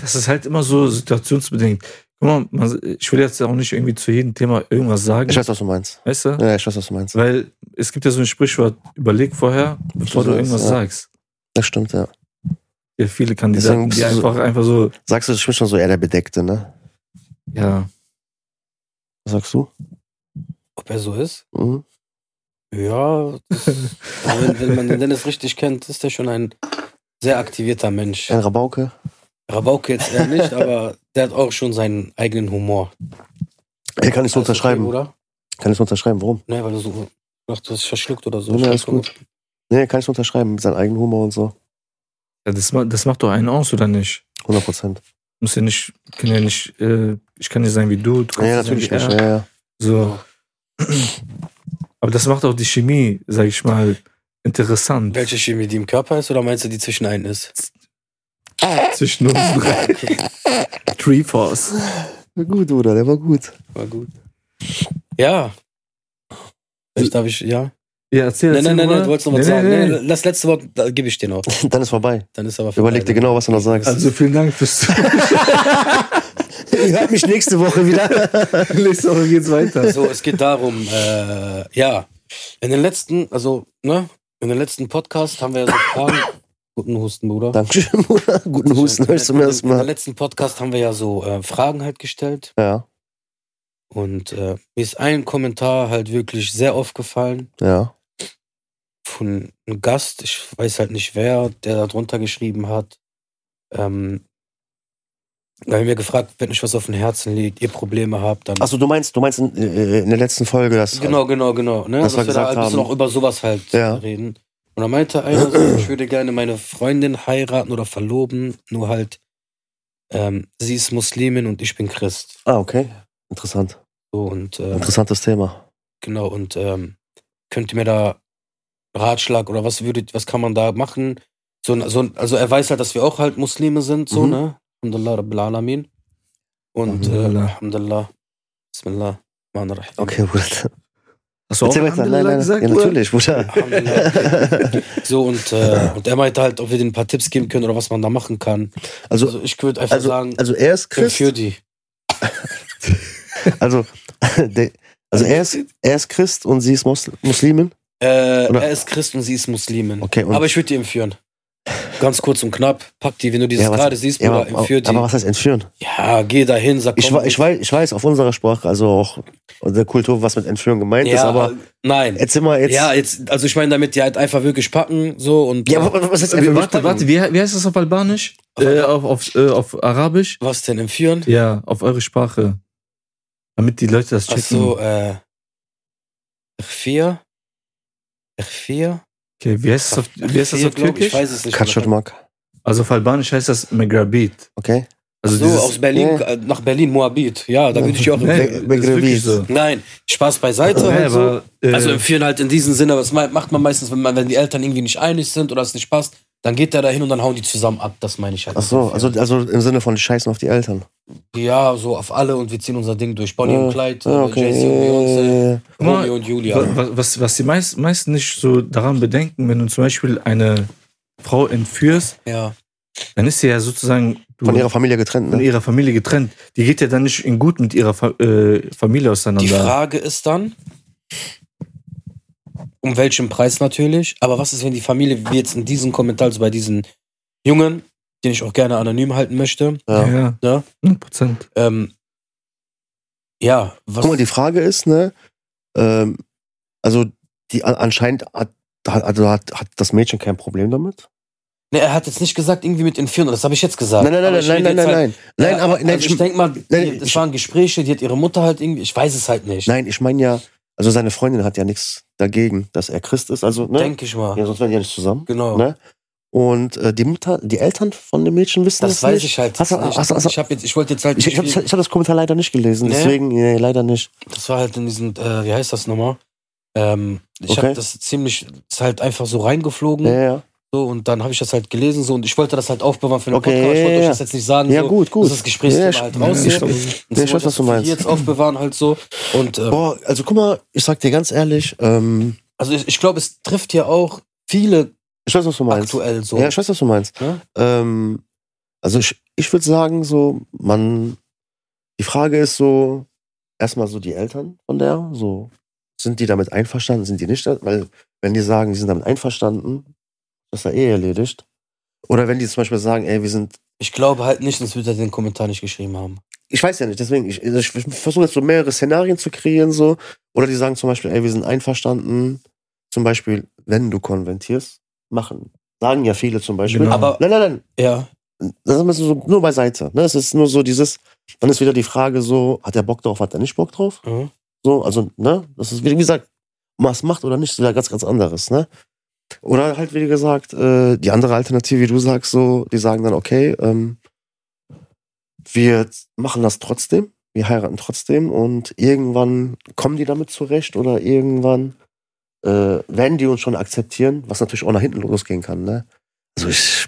Speaker 1: Das ist halt immer so situationsbedingt. Guck mal, man, ich will jetzt auch nicht irgendwie zu jedem Thema irgendwas sagen.
Speaker 3: Ich weiß, was du meinst.
Speaker 1: weißt du?
Speaker 3: Ja, ich weiß, was du meinst.
Speaker 1: Weil es gibt ja so ein Sprichwort, überleg vorher, bevor du
Speaker 3: sagst,
Speaker 1: irgendwas
Speaker 3: ja.
Speaker 1: sagst.
Speaker 3: Das stimmt, ja.
Speaker 1: Ja, viele Kandidaten,
Speaker 3: Deswegen
Speaker 1: die
Speaker 3: bist du so-
Speaker 1: einfach, einfach so,
Speaker 3: Sagst du, ich bin schon so eher der Bedeckte, ne?
Speaker 1: ja,
Speaker 3: Was sagst du?
Speaker 2: Ob er so ist?
Speaker 3: Mhm.
Speaker 2: Ja. Das, Also wenn, wenn man den Dennis richtig kennt, ist er schon ein sehr aktivierter Mensch.
Speaker 3: Ein Rabauke?
Speaker 2: Rabauke jetzt eher nicht, aber der hat auch schon seinen eigenen Humor.
Speaker 3: Ey, kann ich
Speaker 2: Alles
Speaker 3: so
Speaker 2: okay,
Speaker 3: unterschreiben.
Speaker 2: oder?
Speaker 3: kann ich so unterschreiben. Warum?
Speaker 2: Nee, ne, weil du so. Ach, du hast verschluckt oder so.
Speaker 3: Nee, nee, alles
Speaker 2: Schluck-
Speaker 3: Nee, kann ich so unterschreiben. Mit seinem eigenen Humor und so.
Speaker 1: ja das, ma- das macht doch einen aus, oder nicht?
Speaker 3: 100 Prozent.
Speaker 1: Muss ja nicht, kann ja nicht, äh, ich kann nicht sein wie du. du kannst
Speaker 3: Ja,
Speaker 1: nicht sein
Speaker 3: natürlich
Speaker 1: wie er.
Speaker 3: nicht. Ja, ja.
Speaker 1: So. Aber das macht auch die Chemie, sag ich mal, interessant.
Speaker 2: Welche Chemie, die im Körper ist oder meinst du, die zwischen einen ist?
Speaker 1: Zwischen uns drei. Tree Force.
Speaker 3: War gut, Bruder. Der war gut.
Speaker 2: War gut. Ja. Vielleicht darf ich, ja.
Speaker 1: Ja, erzähl,
Speaker 2: Nein,
Speaker 1: erzähl
Speaker 2: nein, nein,
Speaker 1: mal.
Speaker 2: nein, du wolltest noch was sagen. Nee, das letzte Wort, da gebe ich dir noch.
Speaker 3: Dann ist vorbei.
Speaker 2: Dann ist aber vorbei.
Speaker 3: Überleg dir genau, was du noch sagst.
Speaker 1: Also vielen Dank fürs Zuhören.
Speaker 3: ihr hört mich nächste Woche wieder.
Speaker 1: Nächste Woche geht's weiter.
Speaker 2: So, Also, es geht darum, äh, ja, in den letzten, also, ne, in den letzten Podcast haben wir ja so Fragen. Guten Husten, Bruder.
Speaker 3: Dankeschön, Bruder. Guten Husten. Hörst du mir das
Speaker 2: In den
Speaker 3: mal?
Speaker 2: letzten Podcast haben wir ja so äh, Fragen halt gestellt.
Speaker 3: Ja,
Speaker 2: Und äh, mir ist ein Kommentar halt wirklich sehr aufgefallen
Speaker 3: ja.
Speaker 2: von einem Gast, ich weiß halt nicht wer, der da drunter geschrieben hat. Ähm, da haben wir gefragt, wenn euch was auf dem Herzen liegt, ihr Probleme habt, dann
Speaker 3: Achso, du meinst, du meinst in, äh, in der letzten Folge das.
Speaker 2: Genau, genau, genau. Ne?
Speaker 3: was
Speaker 2: Dass
Speaker 3: wir
Speaker 2: wir da
Speaker 3: gesagt
Speaker 2: ein bisschen
Speaker 3: haben.
Speaker 2: auch über sowas halt
Speaker 3: Ja.
Speaker 2: reden. Und da meinte einer, so, ich würde gerne meine Freundin heiraten oder verloben, nur halt, ähm, sie ist Muslimin und ich bin Christ.
Speaker 3: Ah, okay. Interessant.
Speaker 2: So, und äh,
Speaker 3: Interessantes Thema.
Speaker 2: genau, und ähm, könnt ihr mir da Ratschlag oder was würdet, was kann man da machen? So, ein- so, ein- also er weiß halt, dass wir auch halt Muslime sind, so,
Speaker 3: Mhm.
Speaker 2: ne? Alhamdulillah, Rabbil Alamin. Und äh,
Speaker 1: Alhamdulillah.
Speaker 2: Alhamdulillah, Bismillah, Rahman Rahim.
Speaker 3: Okay, Bruder.
Speaker 1: Hast du auch
Speaker 3: Erzähl mir jetzt- nein,
Speaker 1: Alhamdulillah
Speaker 3: nein,
Speaker 1: gesagt?
Speaker 3: nein. Ja,
Speaker 1: oder?
Speaker 3: natürlich, Bruder.
Speaker 2: so, und, äh, und er meinte halt, ob wir denen ein paar Tipps geben können oder was man da machen kann.
Speaker 3: Also,
Speaker 2: Also ich würde einfach
Speaker 3: also,
Speaker 2: sagen,
Speaker 3: also er ist
Speaker 2: ich bin
Speaker 3: Christ.
Speaker 2: für die.
Speaker 3: Also, der, also er, ist, er ist Christ und sie ist Musl Muslimin.
Speaker 2: Äh,
Speaker 3: Oder-
Speaker 2: er ist Christ und sie ist Muslimin.
Speaker 3: Okay, und
Speaker 2: Aber ich würde die entführen. Ganz kurz und knapp, pack die, wenn du dieses
Speaker 3: Ja, was-
Speaker 2: gerade siehst,
Speaker 3: ja,
Speaker 2: Bruder,
Speaker 3: aber,
Speaker 2: entführ die.
Speaker 3: aber was heißt entführen?
Speaker 2: ja, geh dahin, sag
Speaker 3: Ich,
Speaker 2: komm,
Speaker 3: wei- ich, weiß, ich weiß auf unserer Sprache, also auch der Kultur, was mit Entführung gemeint ist,
Speaker 2: ja,
Speaker 3: aber
Speaker 2: nein.
Speaker 3: jetzt sind wir jetzt.
Speaker 2: ja, jetzt, also ich meine damit, die halt einfach wirklich packen, so und.
Speaker 3: Ja, aber was heißt
Speaker 1: Äh,
Speaker 3: entführen?
Speaker 1: Warte, warte, wie, wie heißt das auf Albanisch?
Speaker 2: Auf-
Speaker 1: äh, auf, auf, äh, auf Arabisch?
Speaker 2: was denn entführen?
Speaker 1: Ja, auf eure Sprache. Damit die Leute das
Speaker 2: Ach
Speaker 1: checken.
Speaker 2: so, äh. R4? R4?
Speaker 1: Okay, wie heißt das auf, wie heißt das auf
Speaker 2: glaub ich,
Speaker 1: Türkisch?
Speaker 2: ich weiß es nicht.
Speaker 3: Katschotmak.
Speaker 1: Also auf Albanisch heißt das Megrabit.
Speaker 3: Okay.
Speaker 1: Also
Speaker 2: so,
Speaker 1: dieses,
Speaker 2: aus
Speaker 3: Oh.
Speaker 2: Berlin, äh, nach Berlin, Moabit. Ja, da würde ich auch.
Speaker 1: Nee,
Speaker 3: Me-
Speaker 1: das ist
Speaker 3: Megrabit.
Speaker 1: wirklich so.
Speaker 2: Nein, Spaß beiseite.
Speaker 1: Nee,
Speaker 2: halt so.
Speaker 1: aber, äh,
Speaker 2: Also empfehlen halt in diesem Sinne, was ma- macht man meistens, wenn, man, wenn die Eltern irgendwie nicht einig sind oder es nicht passt, dann geht der da hin und dann hauen die zusammen ab. Das meine ich halt.
Speaker 3: Ach so, also, also im Sinne von Scheißen auf die Eltern.
Speaker 2: Ja, so auf alle und wir ziehen unser Ding durch. Bonnie
Speaker 3: Ja,
Speaker 2: und Clyde,
Speaker 3: Ja,
Speaker 2: äh,
Speaker 3: okay.
Speaker 2: Jay-Z und Beyoncé,
Speaker 1: Guck mal,
Speaker 2: Romeo und Julia.
Speaker 1: wa- was, was die meist, meisten nicht so daran bedenken, wenn du zum Beispiel eine Frau entführst,
Speaker 2: Ja.
Speaker 1: dann ist sie ja sozusagen du,
Speaker 3: Von ihrer Familie getrennt,
Speaker 1: von
Speaker 3: ne?
Speaker 1: ihrer Familie getrennt. Die geht ja dann nicht in gut mit ihrer Fa äh, Familie auseinander.
Speaker 2: Die Frage ist dann, um welchen Preis natürlich, aber was ist, wenn die Familie, wie jetzt in diesem Kommentar, also bei diesen Jungen, den ich auch gerne anonym halten möchte,
Speaker 1: ja.
Speaker 3: Ja.
Speaker 1: ja,
Speaker 2: ne?
Speaker 1: 100 Prozent.
Speaker 2: Ähm, ja, was.
Speaker 3: Guck mal, die Frage ist, ne? Ähm, also, die an- anscheinend hat, hat, also hat, hat das Mädchen kein Problem damit.
Speaker 2: Ne, er hat jetzt nicht gesagt, irgendwie mit entführen, das habe ich jetzt gesagt.
Speaker 3: Nein, nein, nein,
Speaker 2: Aber
Speaker 3: nein,
Speaker 2: ich
Speaker 3: nein,
Speaker 2: rede
Speaker 3: nein,
Speaker 2: jetzt
Speaker 3: nein,
Speaker 2: halt-
Speaker 3: nein. Nein,
Speaker 2: Ja,
Speaker 3: aber nein,
Speaker 2: also ich denke mal, die-
Speaker 3: nein,
Speaker 2: das
Speaker 3: ich-
Speaker 2: waren Gespräche, die hat ihre Mutter halt irgendwie, ich weiß es halt nicht.
Speaker 3: Nein, ich meine ja, also seine Freundin hat ja nichts dagegen, dass er Christ ist, also, ne?
Speaker 2: Denke ich mal.
Speaker 3: ja, sonst wären die ja nicht zusammen.
Speaker 2: Genau.
Speaker 3: Ne? Und äh, die Mutter, die Eltern von dem Mädchen wissen das,
Speaker 2: Das weiß
Speaker 3: nicht.
Speaker 2: ich halt.
Speaker 3: Hast du-
Speaker 2: nicht.
Speaker 3: hast du- hast du-
Speaker 2: ich hab jetzt, ich wollte jetzt halt,
Speaker 3: Ich, ich habe ich
Speaker 2: das
Speaker 3: hab das Kommentar leider nicht gelesen,
Speaker 2: Nee?
Speaker 3: deswegen, nee, leider nicht.
Speaker 2: war halt in diesem, äh, wie heißt das nochmal? Ähm, ich
Speaker 3: Okay.
Speaker 2: habe das ziemlich, ist halt einfach so reingeflogen,
Speaker 3: Ja, ja.
Speaker 2: so und dann habe ich das halt gelesen so und ich wollte das halt aufbewahren für den
Speaker 3: Okay,
Speaker 2: Podcast. Ich
Speaker 3: ja,
Speaker 2: wollte euch
Speaker 3: ja.
Speaker 2: das jetzt nicht sagen,
Speaker 3: ja
Speaker 2: so,
Speaker 3: gut, gut.
Speaker 2: Also, dass das Gesprächsthema
Speaker 3: Ja, ich-
Speaker 2: halt
Speaker 1: Ja,
Speaker 2: raus
Speaker 1: ich
Speaker 2: ist.
Speaker 1: glaub-
Speaker 2: Und so
Speaker 3: ich weiß, was du
Speaker 2: wollte ich das
Speaker 3: meinst.
Speaker 2: Hier jetzt aufbewahren halt so und ähm,
Speaker 3: Boah, also guck mal, ich sag dir ganz ehrlich, ähm,
Speaker 2: also ich, ich glaube, es trifft hier auch viele
Speaker 3: ich weiß, was du meinst.
Speaker 2: aktuell so.
Speaker 3: Ja, ich weiß, was du meinst.
Speaker 2: ne?
Speaker 3: Ähm, also ich, ich würde sagen, so, man, die Frage ist so, erstmal so die Eltern von der, so, sind die damit einverstanden, sind die nicht, weil wenn die sagen, die sind damit einverstanden, das ist ja eh erledigt. Oder wenn die zum Beispiel sagen, ey, wir sind,
Speaker 2: Ich glaube halt nicht, sonst würde er den Kommentar nicht geschrieben haben.
Speaker 3: ich weiß ja nicht, deswegen, ich, also ich versuche jetzt so mehrere Szenarien zu kreieren, so, oder die sagen zum Beispiel, ey, wir sind einverstanden, zum Beispiel, wenn du konventierst, machen. Sagen ja viele zum Beispiel.
Speaker 1: Genau.
Speaker 2: Aber-
Speaker 3: nein, nein, nein,
Speaker 2: Ja,
Speaker 3: das ist so, nur beiseite. Ne? Es ist nur so dieses, dann ist wieder die Frage so, hat er Bock drauf, hat er nicht Bock drauf?
Speaker 2: mhm.
Speaker 3: So, also, ne? Das ist, wie gesagt, was macht oder nicht, ist wieder ganz, ganz anderes, ne? Oder halt, wie gesagt, äh, die andere Alternative, wie du sagst, so, die sagen dann, okay, ähm, wir machen das trotzdem, wir heiraten trotzdem und irgendwann kommen die damit zurecht oder irgendwann äh, werden die uns schon akzeptieren, was natürlich auch nach hinten losgehen kann, ne? Also ich,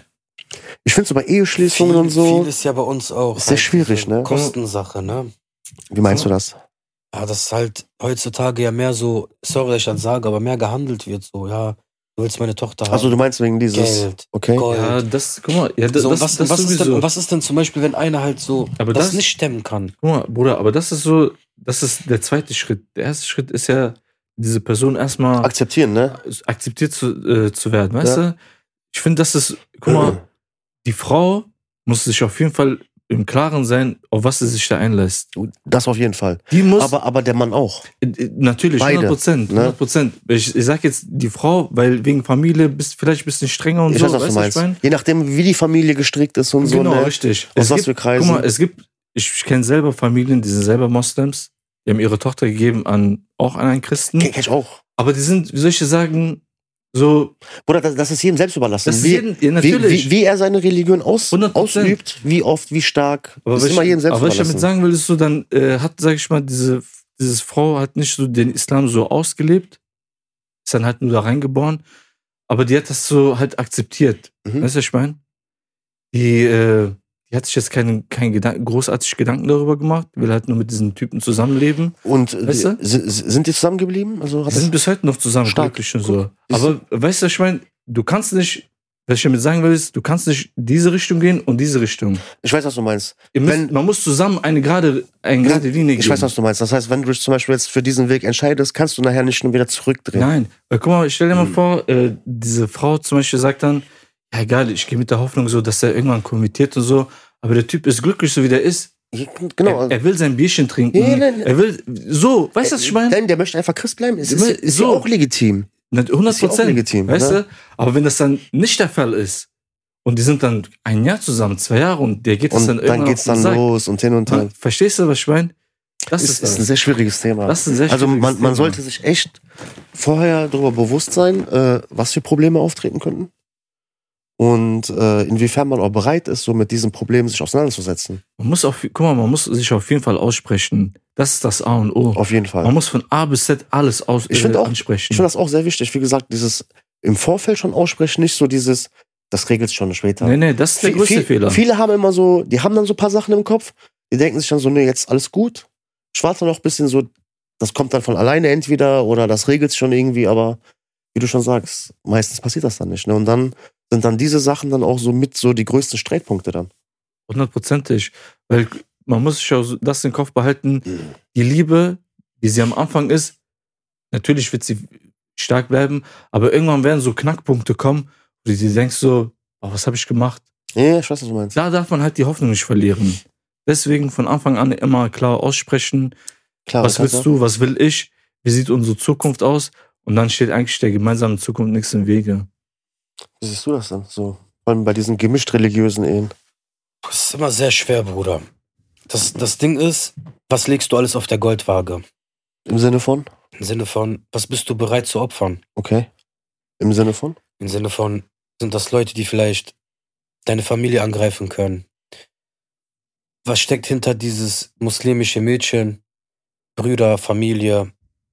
Speaker 3: ich finde so bei Eheschließungen
Speaker 2: viel,
Speaker 3: und so,
Speaker 2: viel ist ja bei uns auch. halt
Speaker 3: Ist sehr schwierig,
Speaker 2: diese
Speaker 3: ne?
Speaker 2: Kostensache, ne?
Speaker 3: wie meinst du das?
Speaker 2: Ja, das ist halt heutzutage ja mehr so, sorry, dass ich das sage, aber mehr gehandelt wird so, ja. Du willst meine Tochter haben.
Speaker 3: Also du meinst wegen dieses,
Speaker 2: Geld,
Speaker 3: okay?
Speaker 2: Gold.
Speaker 1: Ja, das, guck mal, ja, das,
Speaker 2: so, und
Speaker 1: das,
Speaker 2: was,
Speaker 1: das
Speaker 2: was, ist denn,
Speaker 1: sowieso.
Speaker 2: und was ist denn zum Beispiel, wenn einer halt so
Speaker 1: Aber
Speaker 2: das,
Speaker 1: das-
Speaker 2: nicht stemmen kann?
Speaker 1: Guck mal, Bruder, aber das ist so, das ist der zweite Schritt. Der erste Schritt ist ja, diese Person erstmal
Speaker 3: Akzeptieren, ne?
Speaker 1: akzeptiert zu, äh, zu werden, weißt
Speaker 3: Ja.
Speaker 1: du? Ich finde, das ist, guck mal, die Frau muss sich auf jeden Fall im Klaren sein, auf was sie sich da einlässt.
Speaker 3: Das auf jeden Fall.
Speaker 1: Die muss,
Speaker 3: Aber, aber der Mann auch.
Speaker 1: äh, äh, natürlich,
Speaker 3: Beide,
Speaker 1: 100 Prozent,
Speaker 3: ne?
Speaker 1: 100 Prozent. Ich, ich sag jetzt die Frau, weil wegen Familie bist vielleicht ein bisschen strenger und
Speaker 3: ich
Speaker 1: so,
Speaker 3: weiß, was du
Speaker 1: weißt
Speaker 3: meinst.
Speaker 1: du, was ich mein?
Speaker 3: Je nachdem, wie die Familie gestrickt ist und
Speaker 1: Genau,
Speaker 3: so. Ne?
Speaker 1: richtig.
Speaker 3: Aus
Speaker 1: Es
Speaker 3: was
Speaker 1: gibt,
Speaker 3: für Kreisen.
Speaker 1: guck mal, es gibt, ich, ich kenne selber Familien, die sind selber Moslems, die haben ihre Tochter gegeben an, auch an einen Christen.
Speaker 3: Kenn kenn ich auch.
Speaker 1: Aber die sind, wie soll ich dir sagen, so,
Speaker 3: Bruder, das, das ist jedem selbst überlassen.
Speaker 1: das ist
Speaker 3: wie,
Speaker 1: jeden, ja,
Speaker 3: wie,
Speaker 1: natürlich.
Speaker 3: wie, wie er seine Religion aus,
Speaker 1: 100%.
Speaker 3: ausübt, wie oft, wie stark.
Speaker 1: aber
Speaker 3: das
Speaker 1: was
Speaker 3: ist immer jedem
Speaker 1: ich,
Speaker 3: selbst
Speaker 1: aber was ich
Speaker 3: überlassen.
Speaker 1: damit sagen will, ist so, dann äh, hat, sag ich mal, diese, dieses Frau hat nicht so den Islam so ausgelebt, ist dann halt nur da reingeboren, aber die hat das so halt akzeptiert.
Speaker 3: Mhm.
Speaker 1: Weißt du, was ich meine? Die, äh, die Die hat sich jetzt keinen kein Gedanken, großartig Gedanken darüber gemacht, will halt nur mit diesen Typen zusammenleben.
Speaker 3: Und
Speaker 1: Weißt
Speaker 3: äh,
Speaker 1: du?
Speaker 3: si- si- sind die zusammengeblieben? Also
Speaker 1: Die
Speaker 3: hat
Speaker 1: sind bis heute noch zusammen,
Speaker 3: Stark.
Speaker 1: glücklich und so.
Speaker 3: Guck,
Speaker 1: Aber weißt du, was ich meine, du kannst nicht, was ich damit sagen will, ist, du kannst nicht diese Richtung gehen und diese Richtung.
Speaker 3: ich weiß, was du meinst.
Speaker 1: Ihr müsst,
Speaker 3: Wenn-
Speaker 1: man muss zusammen eine gerade, eine
Speaker 3: Wenn-
Speaker 1: gerade Linie gehen.
Speaker 3: Ich weiß, was du meinst. Das heißt, wenn du dich zum Beispiel jetzt für diesen Weg entscheidest, kannst du nachher nicht schon wieder zurückdrehen.
Speaker 1: Nein, weil guck mal, stell dir mal
Speaker 3: Hm.
Speaker 1: vor, äh, diese Frau zum Beispiel sagt dann, ja egal, ich gehe mit der Hoffnung so, dass er irgendwann konvertiert und so, aber der Typ ist glücklich, so wie der ist.
Speaker 3: Genau.
Speaker 1: Er, er will sein Bierchen trinken.
Speaker 3: Nee, nee, nee.
Speaker 1: Er will, so, Äh, weißt
Speaker 3: Äh,
Speaker 1: du, was ich meine?
Speaker 3: Denn der möchte einfach Christ bleiben. Ist,
Speaker 1: Aber
Speaker 3: ist, ist
Speaker 1: so.
Speaker 3: ja auch legitim.
Speaker 1: 100
Speaker 3: Ist ja auch
Speaker 1: Prozent,
Speaker 3: legitim.
Speaker 1: weißt
Speaker 3: ne?
Speaker 1: du? Aber wenn das dann nicht der Fall ist und die sind dann ein Jahr zusammen, zwei Jahre und der geht das
Speaker 3: Und
Speaker 1: dann
Speaker 3: dann,
Speaker 1: irgendwann
Speaker 3: geht's
Speaker 1: auf den
Speaker 3: dann
Speaker 1: Sack.
Speaker 3: los und hin und her.
Speaker 1: Dann, verstehst du, was ich meine? Das
Speaker 3: Das ist,
Speaker 1: ist,
Speaker 3: ist ein
Speaker 1: das.
Speaker 3: sehr schwieriges Thema.
Speaker 1: Das ist ein sehr
Speaker 3: also man,
Speaker 1: schwieriges
Speaker 3: man
Speaker 1: Thema.
Speaker 3: sollte sich echt vorher darüber bewusst sein, äh, was für Probleme auftreten könnten und äh, inwiefern man auch bereit ist, so mit diesen Problemen sich auseinanderzusetzen.
Speaker 1: Man muss auf, guck mal, man muss sich auf jeden Fall aussprechen. Das ist das A und O.
Speaker 3: Auf jeden Fall.
Speaker 1: Oh. Man muss von A bis Z alles aus äh,
Speaker 3: Ich find auch-
Speaker 1: ansprechen.
Speaker 3: Ich finde das auch sehr wichtig. Wie gesagt, dieses im Vorfeld schon aussprechen, nicht so dieses, das regelt schon später.
Speaker 1: nee, nee, das ist der
Speaker 3: Vi-
Speaker 1: größte
Speaker 3: viel-
Speaker 1: Fehler.
Speaker 3: Viele haben immer so, die haben dann so ein paar Sachen im Kopf, die denken sich dann so, nee, jetzt alles gut. Ich warte noch ein bisschen so, das kommt dann von alleine entweder oder das regelt schon irgendwie, aber wie du schon sagst, meistens passiert das dann nicht. Ne? Und dann sind dann diese Sachen dann auch so mit so die größten Streitpunkte dann.
Speaker 1: Hundertprozentig. Weil man muss sich auch so- das in den Kopf behalten.
Speaker 3: Mhm.
Speaker 1: Die Liebe, wie sie am Anfang ist, natürlich wird sie stark bleiben, aber irgendwann werden so Knackpunkte kommen, wo du dir denkst so, oh, was habe ich gemacht?
Speaker 3: Ja, ich weiß, was du meinst.
Speaker 1: Da darf man halt die Hoffnung nicht verlieren. Deswegen von Anfang an immer klar aussprechen,
Speaker 3: Klar,
Speaker 1: was willst du, was will ich, wie sieht unsere Zukunft aus und dann steht eigentlich der gemeinsamen Zukunft nichts im Wege.
Speaker 3: Wie siehst du das dann? So, vor allem bei diesen gemischt religiösen Ehen.
Speaker 2: Das ist immer sehr schwer, Bruder. Das, das Ding ist, was legst du alles auf der Goldwaage?
Speaker 3: Im Sinne von?
Speaker 2: Im Sinne von, was bist du bereit zu opfern?
Speaker 3: Okay. Im Sinne von?
Speaker 2: Im Sinne von, sind das Leute, die vielleicht deine Familie angreifen können? Was steckt hinter dieses muslimische Mädchen? Brüder, Familie,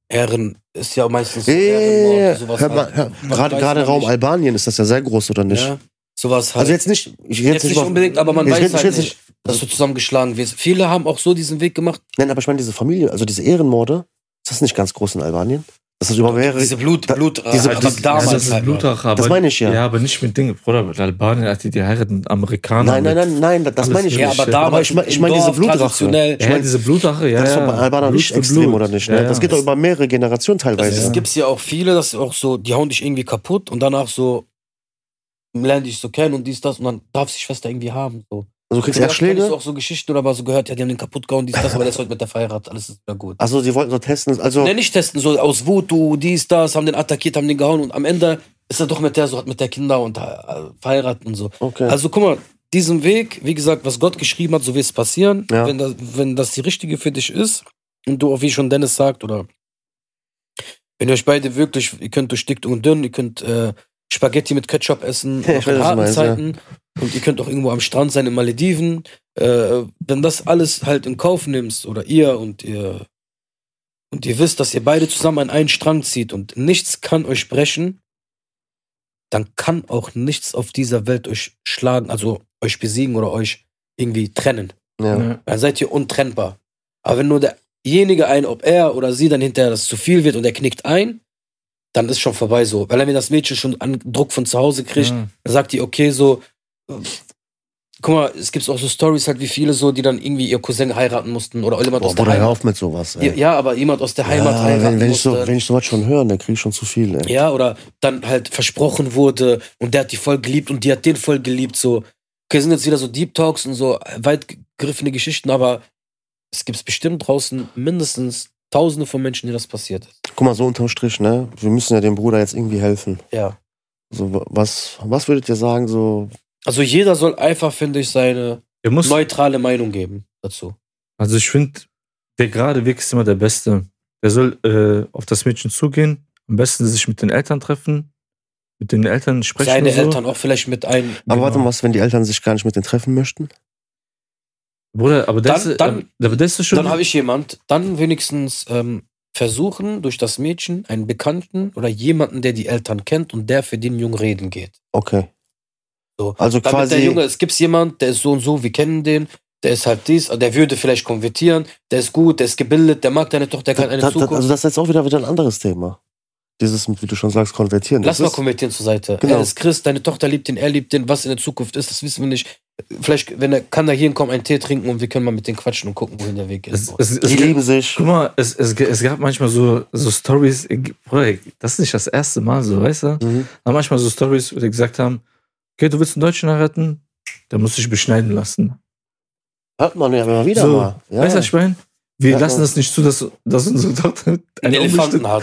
Speaker 2: Ehren, ist ja meistens
Speaker 3: Ja, ja,
Speaker 2: Ehrenmord,
Speaker 3: ja, ja.
Speaker 2: sowas
Speaker 3: Äh, Hör
Speaker 2: halt.
Speaker 3: mal, hör-
Speaker 2: Man
Speaker 3: Gerade,
Speaker 2: weiß
Speaker 3: gerade
Speaker 2: man
Speaker 3: Raum
Speaker 2: nicht.
Speaker 3: Albanien ist das ja sehr groß, oder nicht?
Speaker 2: Ja, sowas halt.
Speaker 3: Also jetzt nicht, ich rede
Speaker 2: jetzt, nicht
Speaker 3: über-
Speaker 2: unbedingt, aber man
Speaker 3: ich
Speaker 2: weiß
Speaker 3: rede- ich
Speaker 2: halt
Speaker 3: rede
Speaker 2: nicht, dass du zusammengeschlagen wirst. Viele haben auch so diesen Weg gemacht,
Speaker 3: Nein, aber ich meine, diese Familie, also diese Ehrenmorde, ist das nicht ganz groß in Albanien? Das ist über mehrere.
Speaker 2: diese Blut,
Speaker 3: da-
Speaker 2: Blut,
Speaker 3: diese-
Speaker 2: aber damals
Speaker 3: diese-
Speaker 1: ja, also das ist
Speaker 2: halt. noch.
Speaker 1: Blutrache, aber,
Speaker 3: Das meine ich ja.
Speaker 1: Ja, aber nicht mit Dingen. Bruder, mit Albanien, als die, die heiraten Amerikaner.
Speaker 3: Nein, nein, nein, nein, das
Speaker 1: Alles
Speaker 3: meine ich
Speaker 1: Mögliche.
Speaker 2: Ja,
Speaker 3: nicht.
Speaker 2: aber damals
Speaker 3: Aber ich mein- ich
Speaker 2: im
Speaker 3: meine diese
Speaker 2: Dorf,
Speaker 3: Blutrache.
Speaker 2: traditionell.
Speaker 1: Ja, diese Blutsache, ja.
Speaker 3: das ist
Speaker 1: ja.
Speaker 3: doch bei Albanern
Speaker 1: Blut
Speaker 3: nicht
Speaker 1: für
Speaker 3: extrem,
Speaker 1: Blut.
Speaker 3: oder nicht?
Speaker 1: Ja,
Speaker 3: Ne?
Speaker 1: ja.
Speaker 3: Das geht doch über mehrere Generationen
Speaker 2: Das
Speaker 3: teilweise.
Speaker 1: Ja.
Speaker 2: gibt's ja auch viele, das ist auch so, die hauen dich irgendwie kaputt und danach so lernen dich so kennen und dies, das und dann darf sich Schwester irgendwie haben. So.
Speaker 3: Also du kriegst
Speaker 2: Ja,
Speaker 3: erst
Speaker 2: kennst du
Speaker 3: Schläge.
Speaker 2: auch so Geschichten oder mal so gehört, ja, die haben den kaputt gehauen, dies, das, aber der ist heute mit der verheiratet, alles ist wieder gut.
Speaker 3: Also sie wollten so testen. Also
Speaker 2: Ne, nicht testen, so aus Wut, du, dies, das, haben den attackiert, haben den gehauen und am Ende ist er doch mit der, so hat mit der Kinder und äh, verheiratet und so.
Speaker 3: okay.
Speaker 2: Also guck mal, diesen Weg, wie gesagt, was Gott geschrieben hat, so wird es passieren.
Speaker 3: Ja.
Speaker 2: Wenn, das, wenn das die richtige für dich ist und du, auch wie schon Dennis sagt, oder wenn ihr euch beide wirklich, ihr könnt durch dick und dünn, ihr könnt äh, Spaghetti mit Ketchup essen,
Speaker 3: Ja,
Speaker 2: auch
Speaker 3: ich weiß,
Speaker 2: in
Speaker 3: was du
Speaker 2: harten
Speaker 3: meinst, ja.
Speaker 2: Zeiten und ihr könnt auch irgendwo am Strand sein in Malediven. Äh, wenn das alles halt in Kauf nimmst oder ihr und ihr und ihr wisst, dass ihr beide zusammen an einen Strang zieht und nichts kann euch brechen, dann kann auch nichts auf dieser Welt euch schlagen, also euch besiegen oder euch irgendwie trennen.
Speaker 3: ja.
Speaker 1: Ja.
Speaker 2: Dann seid ihr untrennbar. Aber wenn nur derjenige ein, ob er oder sie dann hinterher das zu viel wird und er knickt ein, dann ist schon vorbei so. Weil wenn das Mädchen schon an Druck von zu Hause kriegt,
Speaker 3: Mhm.
Speaker 1: Ja.
Speaker 2: dann sagt die, okay, so, äh, guck mal, es gibt auch so Stories halt, wie viele so, die dann irgendwie ihr Cousin heiraten mussten oder jemand
Speaker 3: Boah,
Speaker 2: aus der
Speaker 3: Bruder, hör
Speaker 2: Heimat.
Speaker 3: auf mit sowas.
Speaker 2: Ja,
Speaker 3: Ey.
Speaker 2: ja, aber jemand aus der Heimat
Speaker 3: Ja,
Speaker 2: heiraten
Speaker 3: wenn, wenn, ich
Speaker 2: musste.
Speaker 3: so, wenn ich sowas schon höre, dann kriege ich schon zu viel. Ey.
Speaker 2: Ja, oder dann halt versprochen wurde und der hat die voll geliebt und die hat den voll geliebt. So, okay, sind jetzt wieder so Deep Talks und so weitgriffene Geschichten, aber es gibt bestimmt draußen mindestens tausende von Menschen, denen das passiert ist.
Speaker 3: Guck mal, so unterm Strich, ne? Wir müssen ja dem Bruder jetzt irgendwie helfen.
Speaker 2: Ja.
Speaker 3: So, wa- was, was würdet ihr sagen, so,
Speaker 2: Also jeder soll einfach, finde ich, seine
Speaker 1: Er muss,
Speaker 2: neutrale Meinung geben dazu.
Speaker 1: also ich finde, der gerade Weg ist immer der beste. Der soll äh, auf das Mädchen zugehen, am besten sich mit den Eltern treffen, mit den Eltern sprechen.
Speaker 2: Seine
Speaker 1: und so.
Speaker 2: Eltern auch vielleicht mit ein.
Speaker 3: Aber warte
Speaker 1: Genau.
Speaker 3: mal, was, wenn die Eltern sich gar nicht mit denen treffen möchten?
Speaker 1: Bruder, aber das,
Speaker 2: Dann-
Speaker 1: dann,
Speaker 2: dann-
Speaker 1: aber das ist schon.
Speaker 2: Dann habe ich jemand, dann wenigstens ähm, versuchen, durch das Mädchen einen Bekannten oder jemanden, der die Eltern kennt und der für den Jungen reden geht.
Speaker 3: Okay. Also
Speaker 2: Damit
Speaker 3: quasi.
Speaker 2: der Junge, es gibt jemand, der ist so und so, wir kennen den, der ist halt dies, der würde vielleicht konvertieren, der ist gut, der ist gebildet, der mag deine Tochter, der kann halt eine
Speaker 3: da, da,
Speaker 2: Zukunft.
Speaker 3: also das ist jetzt auch wieder, wieder ein anderes Thema. Dieses, mit, wie du schon sagst, konvertieren.
Speaker 2: Lass
Speaker 3: Das
Speaker 2: mal
Speaker 3: ist-
Speaker 2: konvertieren zur Seite.
Speaker 3: Genau.
Speaker 2: Er ist Christ, deine Tochter liebt ihn, er liebt ihn, was in der Zukunft ist, das wissen wir nicht. Vielleicht, wenn er kann da hier hinkommen, einen Tee trinken und wir können mal mit denen quatschen und gucken, wohin der Weg
Speaker 1: Es,
Speaker 2: ist.
Speaker 1: es, es,
Speaker 3: Die lieben sich.
Speaker 1: guck mal, es, es, es gab manchmal so, so Stories, äh, Bruder, das ist nicht das erste Mal, so, weißt du?
Speaker 3: Mhm.
Speaker 1: Aber manchmal so Stories, wo die gesagt haben, okay, du willst einen Deutschen heiraten, dann musst du dich beschneiden lassen.
Speaker 3: Hört man ja immer wieder
Speaker 1: So,
Speaker 3: mal. Ja.
Speaker 1: Weißt du, was ich meine? Wir
Speaker 3: Ja,
Speaker 1: lassen
Speaker 3: ja.
Speaker 1: das nicht zu, dass, dass unsere Tochter
Speaker 2: Ein
Speaker 1: eine
Speaker 2: Elefanten
Speaker 1: unbestimmte-
Speaker 2: hat.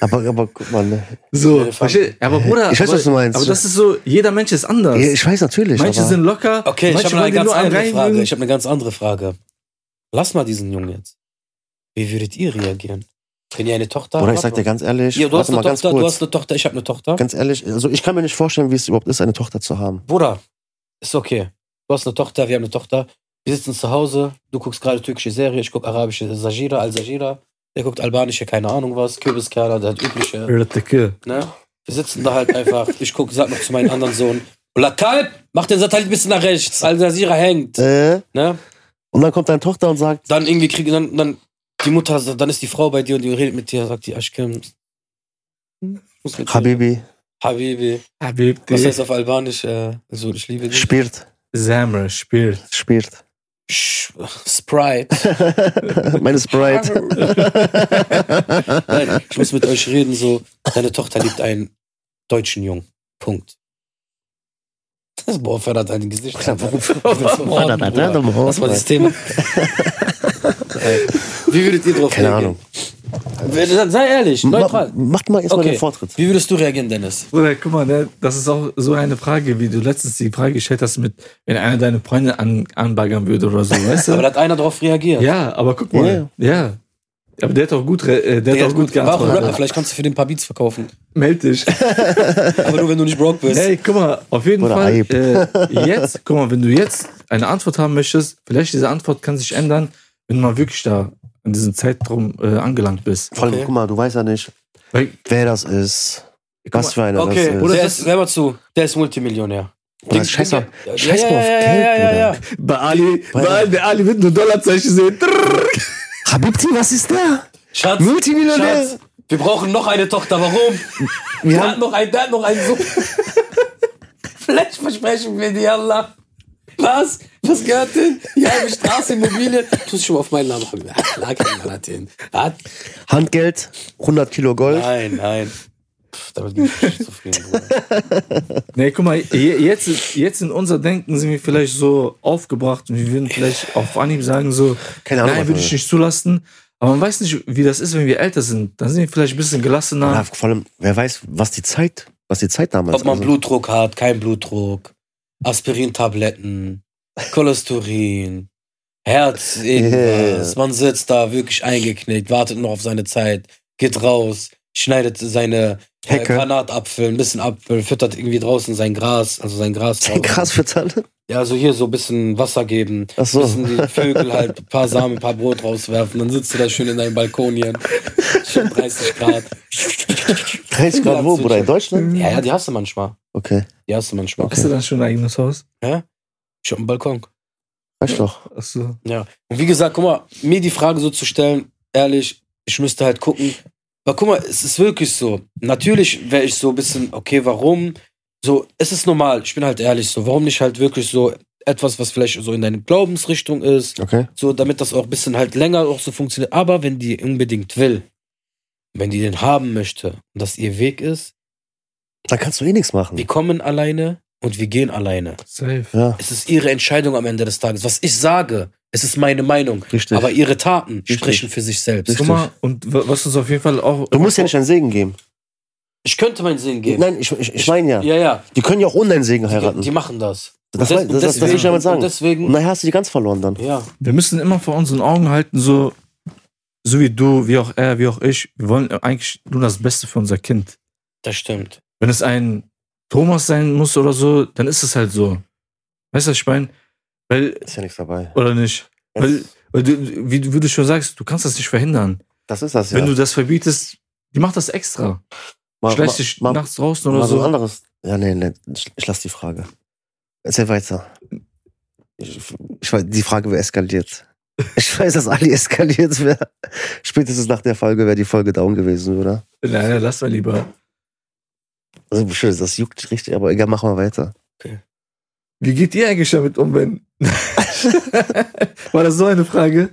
Speaker 3: aber, aber guck mal. Ne.
Speaker 1: So,
Speaker 2: Elefanten.
Speaker 1: versteh- aber Bruder,
Speaker 3: ich weiß,
Speaker 1: aber,
Speaker 3: was du meinst.
Speaker 1: aber das ist so, jeder Mensch ist anders.
Speaker 3: ja, ich weiß natürlich.
Speaker 1: Manche
Speaker 3: aber,
Speaker 1: sind locker,
Speaker 2: Okay, ich
Speaker 1: manche
Speaker 2: habe eine
Speaker 1: wollen dir
Speaker 2: ganz
Speaker 1: nur einen
Speaker 2: andere Frage.
Speaker 1: reingeben.
Speaker 2: Ich habe eine ganz andere Frage. Lass mal diesen Jungen jetzt. Wie würdet ihr reagieren? Wenn ihr eine Tochter
Speaker 3: Oder
Speaker 2: habt?
Speaker 3: ich sag dir ganz ehrlich,
Speaker 2: ja, du hast
Speaker 3: warte
Speaker 2: eine
Speaker 3: mal ganz
Speaker 2: Tochter, du
Speaker 3: kurz.
Speaker 2: hast eine Tochter, ich habe eine Tochter.
Speaker 3: Ganz ehrlich, also ich kann mir nicht vorstellen, wie es überhaupt ist, eine Tochter zu haben.
Speaker 2: Bruder, ist okay. Du hast eine Tochter, wir haben eine Tochter. Wir sitzen zu Hause, du guckst gerade türkische Serie, ich guck arabische Sajira, Al-Sajira. Der guckt albanische, keine Ahnung was, Kürbiskerler, der hat übliche,
Speaker 1: Rötteke.
Speaker 2: ne? Wir sitzen da halt einfach, ich guck, sag noch zu meinem anderen Sohn, Latalb, mach den Satellit ein bisschen nach rechts, Al-Sajira hängt,
Speaker 3: Äh,
Speaker 2: ne?
Speaker 3: und dann kommt deine Tochter und sagt,
Speaker 2: Dann irgendwie kriegen, dann, dann, die Mutter, dann ist die Frau bei dir und die redet mit dir, sagt die Aschkem. muss mit dir-
Speaker 3: Habibi,
Speaker 2: Habibi.
Speaker 1: Habib,
Speaker 2: Was heißt auf Albanisch? Äh, so, ich liebe dich.
Speaker 3: spielt,
Speaker 1: Samra, spielt.
Speaker 3: spielt.
Speaker 2: Sch- Sprite.
Speaker 3: Meine
Speaker 2: Oh,
Speaker 3: Sprite.
Speaker 2: Nein, ich muss mit euch reden, so, deine Tochter liebt einen deutschen Jungen. Punkt. Das Boah fördert dein Gesicht.
Speaker 3: Verdammt,
Speaker 2: Lass
Speaker 3: verdammt,
Speaker 2: mal
Speaker 3: verdammt.
Speaker 2: das Thema. Äh, Wie würdet ihr drauf
Speaker 3: Keine
Speaker 2: reagieren?
Speaker 3: Ahnung.
Speaker 2: Wenn- dann Sei ehrlich, neutral.
Speaker 3: Ma- Macht mal erstmal
Speaker 2: Okay.
Speaker 3: den Vortritt.
Speaker 2: Wie würdest du reagieren, Dennis?
Speaker 1: Bruder, guck mal, ne, das ist auch so eine Frage, wie du letztens die Frage gestellt hast, mit, wenn einer deine Freunde an, anbaggern würde oder so, weißt
Speaker 2: Aber
Speaker 1: du?
Speaker 2: da hat einer drauf reagiert.
Speaker 1: ja, aber guck mal. Ja. Aber der hat auch gut, re- äh, der
Speaker 2: Der
Speaker 1: hat auch gut
Speaker 2: war auch ein Rapper,
Speaker 1: geantwortet.
Speaker 2: vielleicht kannst du für den ein paar Beats verkaufen.
Speaker 1: Meld dich.
Speaker 2: Aber nur wenn du nicht broke bist.
Speaker 1: Ey, guck mal, auf jeden
Speaker 3: Oder
Speaker 1: Fall.
Speaker 3: Aib.
Speaker 1: Äh, jetzt, guck mal, wenn du jetzt eine Antwort haben möchtest, vielleicht diese Antwort kann sich ändern, wenn du mal wirklich da in diesem Zeitraum äh, angelangt bist.
Speaker 3: Vor allem,
Speaker 2: Okay.
Speaker 3: guck mal, du weißt ja nicht,
Speaker 1: Weil, guck
Speaker 3: wer das ist, was
Speaker 1: mal,
Speaker 3: für einer
Speaker 2: Okay,
Speaker 3: das ist.
Speaker 1: Bruder,
Speaker 2: der
Speaker 1: das-
Speaker 2: ist, hör mal zu, der ist Multimillionär.
Speaker 3: Bruder, scheiß mal-
Speaker 2: Ja,
Speaker 3: scheiß
Speaker 2: ja,
Speaker 3: mal auf
Speaker 2: ja,
Speaker 3: Geld,
Speaker 2: ja, ja,
Speaker 3: Bruder.
Speaker 2: ja, ja.
Speaker 1: bei Ali,
Speaker 3: Weil-
Speaker 1: bei Ali, bei Ali wird nur Dollarzeichen sehen. Trrr.
Speaker 3: Habibti, was ist der?
Speaker 2: Schatz,
Speaker 3: Multimillionär.
Speaker 2: Schatz, wir brauchen noch eine Tochter. Warum?
Speaker 3: Wir
Speaker 2: der
Speaker 3: haben-
Speaker 2: hat noch einen, der hat noch einen Sohn. Vielleicht versprechen wir dir, Allah. Was? Was gehört denn? Ja, die Straße, Immobilien. Tu schon mal auf meinen Namen. Lag in Was?
Speaker 3: Handgeld, 100 Kilo Gold.
Speaker 2: Nein, nein. Pff, damit bin ich nicht zufrieden, Bruder.
Speaker 1: Nee, guck mal, je- jetzt, ist- jetzt in unser Denken sind wir vielleicht so aufgebracht und wir würden vielleicht auf Anhieb sagen, so,
Speaker 3: Keine Ahnung,
Speaker 1: nein,
Speaker 3: was
Speaker 1: würde
Speaker 3: man
Speaker 1: ich
Speaker 3: will.
Speaker 1: nicht zulassen. Aber man weiß nicht, wie das ist, wenn wir älter sind. Dann sind wir vielleicht ein bisschen gelassener.
Speaker 3: Ja, vor allem, wer weiß, was die Zeit, was die Zeit damals
Speaker 2: Ob man Blutdruck hat, kein Blutdruck, Aspirintabletten, Cholesterin, Herz, irgendwas. Man sitzt da wirklich eingeknickt, wartet noch auf seine Zeit, geht raus, schneidet seine äh,
Speaker 3: Hecke.
Speaker 2: Granatapfel, ein bisschen Apfel, füttert irgendwie draußen sein Gras, also sein Gras. draußen.
Speaker 3: Krass für Zahlen.
Speaker 2: Ja, also hier so ein bisschen Wasser geben,
Speaker 3: Ach so.
Speaker 2: bisschen die Vögel halt, ein paar Samen, ein paar Brot rauswerfen, dann sitzt du da schön in deinem Balkonien, schön 30 Grad.
Speaker 3: 30 Grad wo, Bruder? In Deutschland?
Speaker 2: Ja, ja, die hast du manchmal.
Speaker 3: Okay.
Speaker 2: Die hast du manchmal.
Speaker 1: Hast du dann schon ein eigenes Haus?
Speaker 2: Ich hab einen Balkon.
Speaker 3: Weißt doch.
Speaker 1: Achso.
Speaker 2: Und wie gesagt, guck mal, mir die Frage so zu stellen, ehrlich, ich müsste halt gucken. Aber guck mal, es ist wirklich so. Natürlich wäre ich so ein bisschen, okay, warum? So, es ist normal, ich bin halt ehrlich so. Warum nicht halt wirklich so etwas, was vielleicht so in deine Glaubensrichtung ist,
Speaker 3: Okay.
Speaker 2: so damit das auch ein bisschen halt länger auch so funktioniert. Aber wenn die unbedingt will, wenn die den haben möchte und das ihr Weg ist,
Speaker 3: Dann kannst du eh nichts machen.
Speaker 2: wir kommen alleine und wir gehen alleine.
Speaker 1: Safe.
Speaker 3: Ja,
Speaker 2: Es ist ihre Entscheidung am Ende des Tages. Was ich sage, es ist meine Meinung.
Speaker 3: richtig.
Speaker 2: Aber ihre Taten
Speaker 3: Richtig.
Speaker 2: sprechen für sich selbst.
Speaker 1: Guck mal, und wa- was uns auf jeden Fall auch.
Speaker 3: du musst ja nicht einen Segen geben.
Speaker 2: Ich könnte meinen Sinn geben.
Speaker 3: Nein, ich, ich, ich meine ja.
Speaker 2: Ja, ja.
Speaker 3: Die können ja auch ohne einen Segen
Speaker 2: Die,
Speaker 3: heiraten.
Speaker 2: die machen das.
Speaker 3: das,
Speaker 2: Und
Speaker 3: mein- das, das, das will ich damit
Speaker 2: und
Speaker 3: sagen. Und
Speaker 2: Deswegen,
Speaker 3: nachher hast du die ganz verloren dann.
Speaker 2: ja.
Speaker 1: Wir müssen immer vor unseren Augen halten, so, so wie du, wie auch er, wie auch ich. Wir wollen eigentlich nur das Beste für unser Kind.
Speaker 2: Das stimmt.
Speaker 1: Wenn es ein Thomas sein muss oder so, dann ist es halt so. Weißt du, was ich meine? Weil,
Speaker 3: Ist ja nichts dabei.
Speaker 1: oder nicht? Weil, weil du, wie, du- wie du schon sagst, du kannst das nicht verhindern.
Speaker 3: Das ist das ja.
Speaker 1: Wenn du das verbietest, die macht das extra.
Speaker 3: mal,
Speaker 1: Schleißt dich
Speaker 3: mal,
Speaker 1: nachts draußen
Speaker 3: mal,
Speaker 1: oder
Speaker 3: mal so ein
Speaker 1: so.
Speaker 3: anderes. Ja, nee, nee ich, ich lass die Frage. Erzähl weiter. Ich, ich weiß, die Frage wäre eskaliert. Ich weiß, dass Ali eskaliert wäre. Spätestens nach der Folge wäre die Folge down gewesen, oder?
Speaker 1: Naja, lass mal lieber.
Speaker 3: Also, schön, das juckt richtig, aber egal, mach mal weiter.
Speaker 1: Wie geht ihr eigentlich damit um, wenn. War das so eine Frage?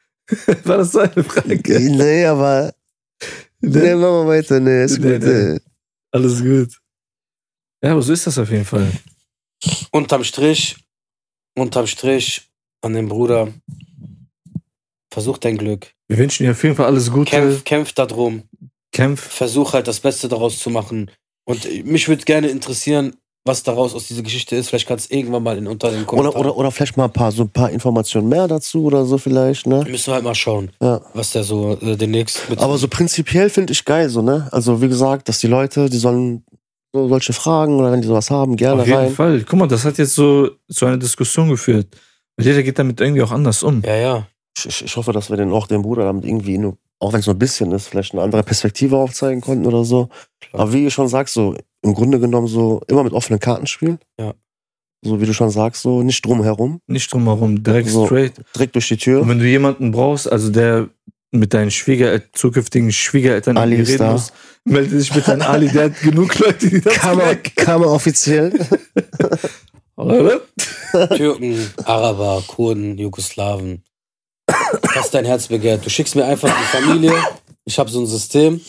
Speaker 1: War das so eine Frage?
Speaker 3: Nee, aber. Nee,
Speaker 1: Ne?
Speaker 3: mach mal weiter, nee, ist
Speaker 1: Nee,
Speaker 3: gut.
Speaker 1: nee.
Speaker 3: Nee.
Speaker 1: Alles gut. Ja, aber so ist das auf jeden Fall.
Speaker 2: unterm Strich, unterm Strich an den Bruder. Versuch dein Glück.
Speaker 1: Wir wünschen dir auf jeden Fall alles Gute.
Speaker 2: Kämpf, kämpf darum.
Speaker 1: Kämpf.
Speaker 2: Versuch halt das Beste daraus zu machen. Und äh, mich würde gerne interessieren, was daraus aus dieser Geschichte ist. Vielleicht kannst du irgendwann mal in unter den
Speaker 3: Oder, oder, oder vielleicht mal ein paar, so ein paar Informationen mehr dazu oder so vielleicht, ne?
Speaker 2: Müssen wir halt mal schauen,
Speaker 3: Ja.
Speaker 2: was der so äh, demnächst mit.
Speaker 3: Aber so prinzipiell finde ich geil, so, ne? Also, wie gesagt, dass die Leute, die sollen so solche Fragen oder wenn die sowas haben, gerne
Speaker 1: Auf jeden
Speaker 3: rein.
Speaker 1: Fall. Guck mal, das hat jetzt so zu einer Diskussion geführt. Weil jeder geht damit irgendwie auch anders um.
Speaker 2: ja, ja.
Speaker 3: Ich- Ich, ich hoffe, dass wir den auch dem Bruder damit irgendwie, nur, auch wenn es nur ein bisschen ist, vielleicht eine andere Perspektive aufzeigen konnten oder so.
Speaker 2: Klar.
Speaker 3: Aber wie du schon sagst, so im Grunde genommen so immer mit offenen Karten spielen.
Speaker 2: Ja.
Speaker 3: So wie du schon sagst, so nicht drumherum,
Speaker 1: Nicht drumherum, direkt
Speaker 3: So.
Speaker 1: straight.
Speaker 3: direkt durch die
Speaker 1: Und
Speaker 3: Tür.
Speaker 1: wenn du jemanden brauchst, also der mit deinen Schwieger zukünftigen Schwiegereltern
Speaker 3: Ali
Speaker 1: irgendwie
Speaker 3: ist da.
Speaker 1: melde dich bitte an Ali, der hat genug Leute, die das
Speaker 3: Kammer,
Speaker 1: merken.
Speaker 3: Kammer offiziell.
Speaker 1: Oder?
Speaker 2: Türken, Araber, Kurden, Jugoslawen. Was dein Herz begehrt. Du schickst mir einfach die Familie. Ich habe so ein System.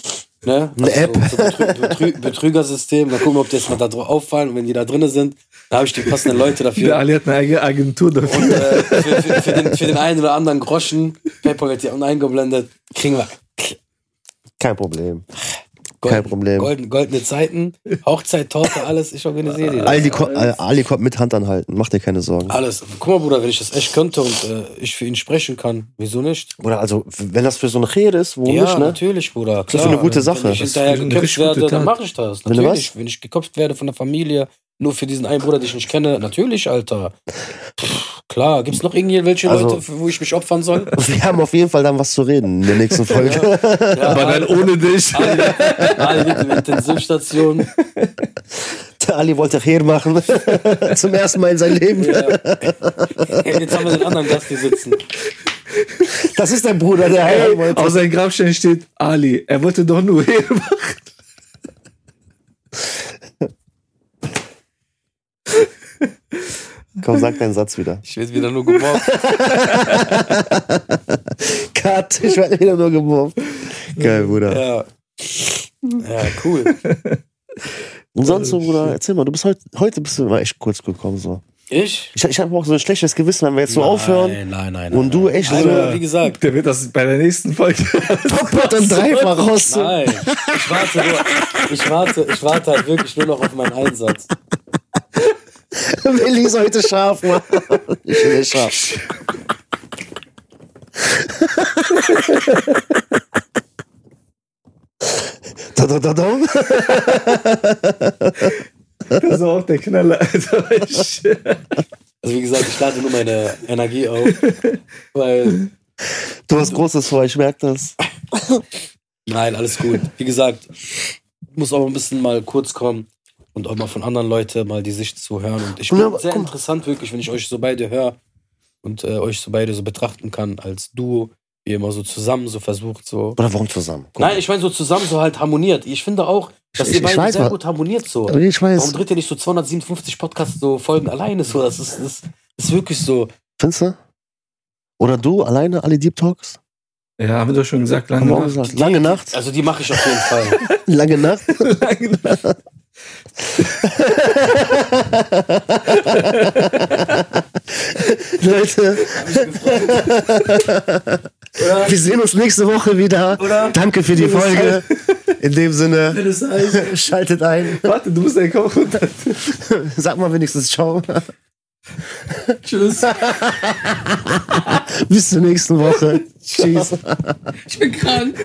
Speaker 2: Ne?
Speaker 3: Eine
Speaker 2: Also
Speaker 3: App.
Speaker 2: So, so Betrü Betrü Betrügersystem. Mal gucken, ob die jetzt mal da drauf auffallen. Und wenn die da drin sind, dann habe ich die passenden Leute dafür.
Speaker 1: Der Ali hat eine eigene Agentur dafür.
Speaker 2: Und äh, für, für, für, den, für den einen oder anderen Groschen, PayPal wird hier unten eingeblendet, kriegen wir
Speaker 3: Kein Problem.
Speaker 2: Gold,
Speaker 3: Kein Problem.
Speaker 2: Golden, goldene Zeiten, Hochzeit, Torte, alles. Ich organisiere die.
Speaker 3: Ali, ko- äh, Ali kommt mit Hand anhalten, mach dir keine Sorgen.
Speaker 2: Alles. Guck mal, Bruder, wenn ich das echt könnte und äh, ich für ihn sprechen kann, wieso nicht?
Speaker 3: Oder also, wenn das für so eine Rede ist, wo
Speaker 2: ja,
Speaker 3: nicht, ne?
Speaker 2: natürlich, Bruder.
Speaker 3: ist
Speaker 2: Klar.
Speaker 3: eine gute
Speaker 2: wenn,
Speaker 3: Sache.
Speaker 2: Wenn ich
Speaker 1: Das ist
Speaker 2: hinterher
Speaker 1: eine
Speaker 2: geköpft
Speaker 1: richtig gute
Speaker 2: werde, dann
Speaker 1: Tat.
Speaker 2: mache ich das.
Speaker 3: Wenn du
Speaker 2: Natürlich. Wenn, ich geköpft werde von der Familie, nur für diesen einen Bruder, den ich nicht kenne, natürlich, Alter. Pff, klar, gibt es noch irgendwelche
Speaker 3: Also-
Speaker 2: Leute, für- wo ich mich opfern soll?
Speaker 3: Wir haben auf jeden Fall dann was zu reden in der nächsten Folge.
Speaker 2: Ja,
Speaker 1: Aber dann ohne dich.
Speaker 2: alle, alle mit in der Intensivstation.
Speaker 3: Der Ali wollte Heer machen. Zum ersten Mal in seinem Leben.
Speaker 2: Ja. Jetzt haben wir den anderen Gast hier sitzen.
Speaker 3: Das ist dein Bruder, der Heer wollte.
Speaker 1: Auf seinem Grabstein steht Ali. Er wollte doch nur Ehre machen.
Speaker 3: Komm, sag deinen Satz wieder.
Speaker 2: Ich werde wieder nur gemobbt.
Speaker 3: Cut, ich werde wieder nur gemobbt. Geil, Bruder.
Speaker 2: Ja. ja, cool.
Speaker 3: Und sonst so, Bruder, erzähl mal, du bist heute, heute bist du mal echt kurz gekommen. So.
Speaker 2: Ich?
Speaker 3: Ich, ich habe auch so ein schlechtes Gewissen, wenn wir jetzt so
Speaker 2: Nein,
Speaker 3: aufhören.
Speaker 2: Nein, nein, nein. Also,
Speaker 3: Und du echt so
Speaker 2: Alter, wie gesagt.
Speaker 1: Der wird das bei der nächsten Folge.
Speaker 3: doppelt und dreifach raus.
Speaker 2: Nein, ich warte nur. Ich warte, ich warte halt wirklich nur noch auf meinen Einsatz.
Speaker 3: Willi ist heute scharf, Mann. Ich bin echt scharf. Da, da, da, da.
Speaker 1: Das war auch der Knaller. Alter.
Speaker 2: Also wie gesagt, ich lade nur meine Energie auf. Weil,
Speaker 3: Du hast Großes vor, ich merke das.
Speaker 2: nein, alles gut. Wie gesagt, muss auch ein bisschen mal kurz kommen und auch mal von anderen Leuten mal die Sicht zu hören. Und ich
Speaker 3: Ja,
Speaker 2: finde
Speaker 3: aber
Speaker 2: es sehr
Speaker 3: guck mal.
Speaker 2: interessant wirklich, wenn ich euch so beide höre und äh, euch so beide so betrachten kann als Duo, wie ihr immer so zusammen so versucht so.
Speaker 3: Oder warum zusammen? Guck
Speaker 2: Nein, ich meine so zusammen so halt harmoniert. Ich finde auch, dass
Speaker 3: Ich-
Speaker 2: ihr
Speaker 3: ich
Speaker 2: beide
Speaker 3: weiß,
Speaker 2: sehr
Speaker 3: wa-
Speaker 2: gut harmoniert so.
Speaker 3: mal. Ich
Speaker 2: Warum
Speaker 3: weiß.
Speaker 2: dreht ihr nicht so 257 Podcasts so Folgen alleine so? Das ist, das ist wirklich so.
Speaker 3: Findest du? Oder du alleine, alle Deep Talks?
Speaker 1: Ja, haben wir doch schon gesagt,
Speaker 3: Haben
Speaker 1: lange
Speaker 3: wir auch
Speaker 1: Nacht.
Speaker 3: gesagt. Lange Nacht.
Speaker 2: Also die mache ich auf jeden Fall.
Speaker 3: Lange Nacht.
Speaker 1: Lange Nacht.
Speaker 3: Leute, wir sehen uns nächste Woche wieder.
Speaker 2: Oder?
Speaker 3: Danke für die Folge. In dem Sinne,
Speaker 1: Das heißt,
Speaker 3: schaltet ein.
Speaker 1: warte, du musst deinen Kopf runter.
Speaker 3: Sag mal wenigstens Ciao.
Speaker 1: Tschüss.
Speaker 3: Bis zur nächsten Woche. Tschüss.
Speaker 2: Ich bin krank.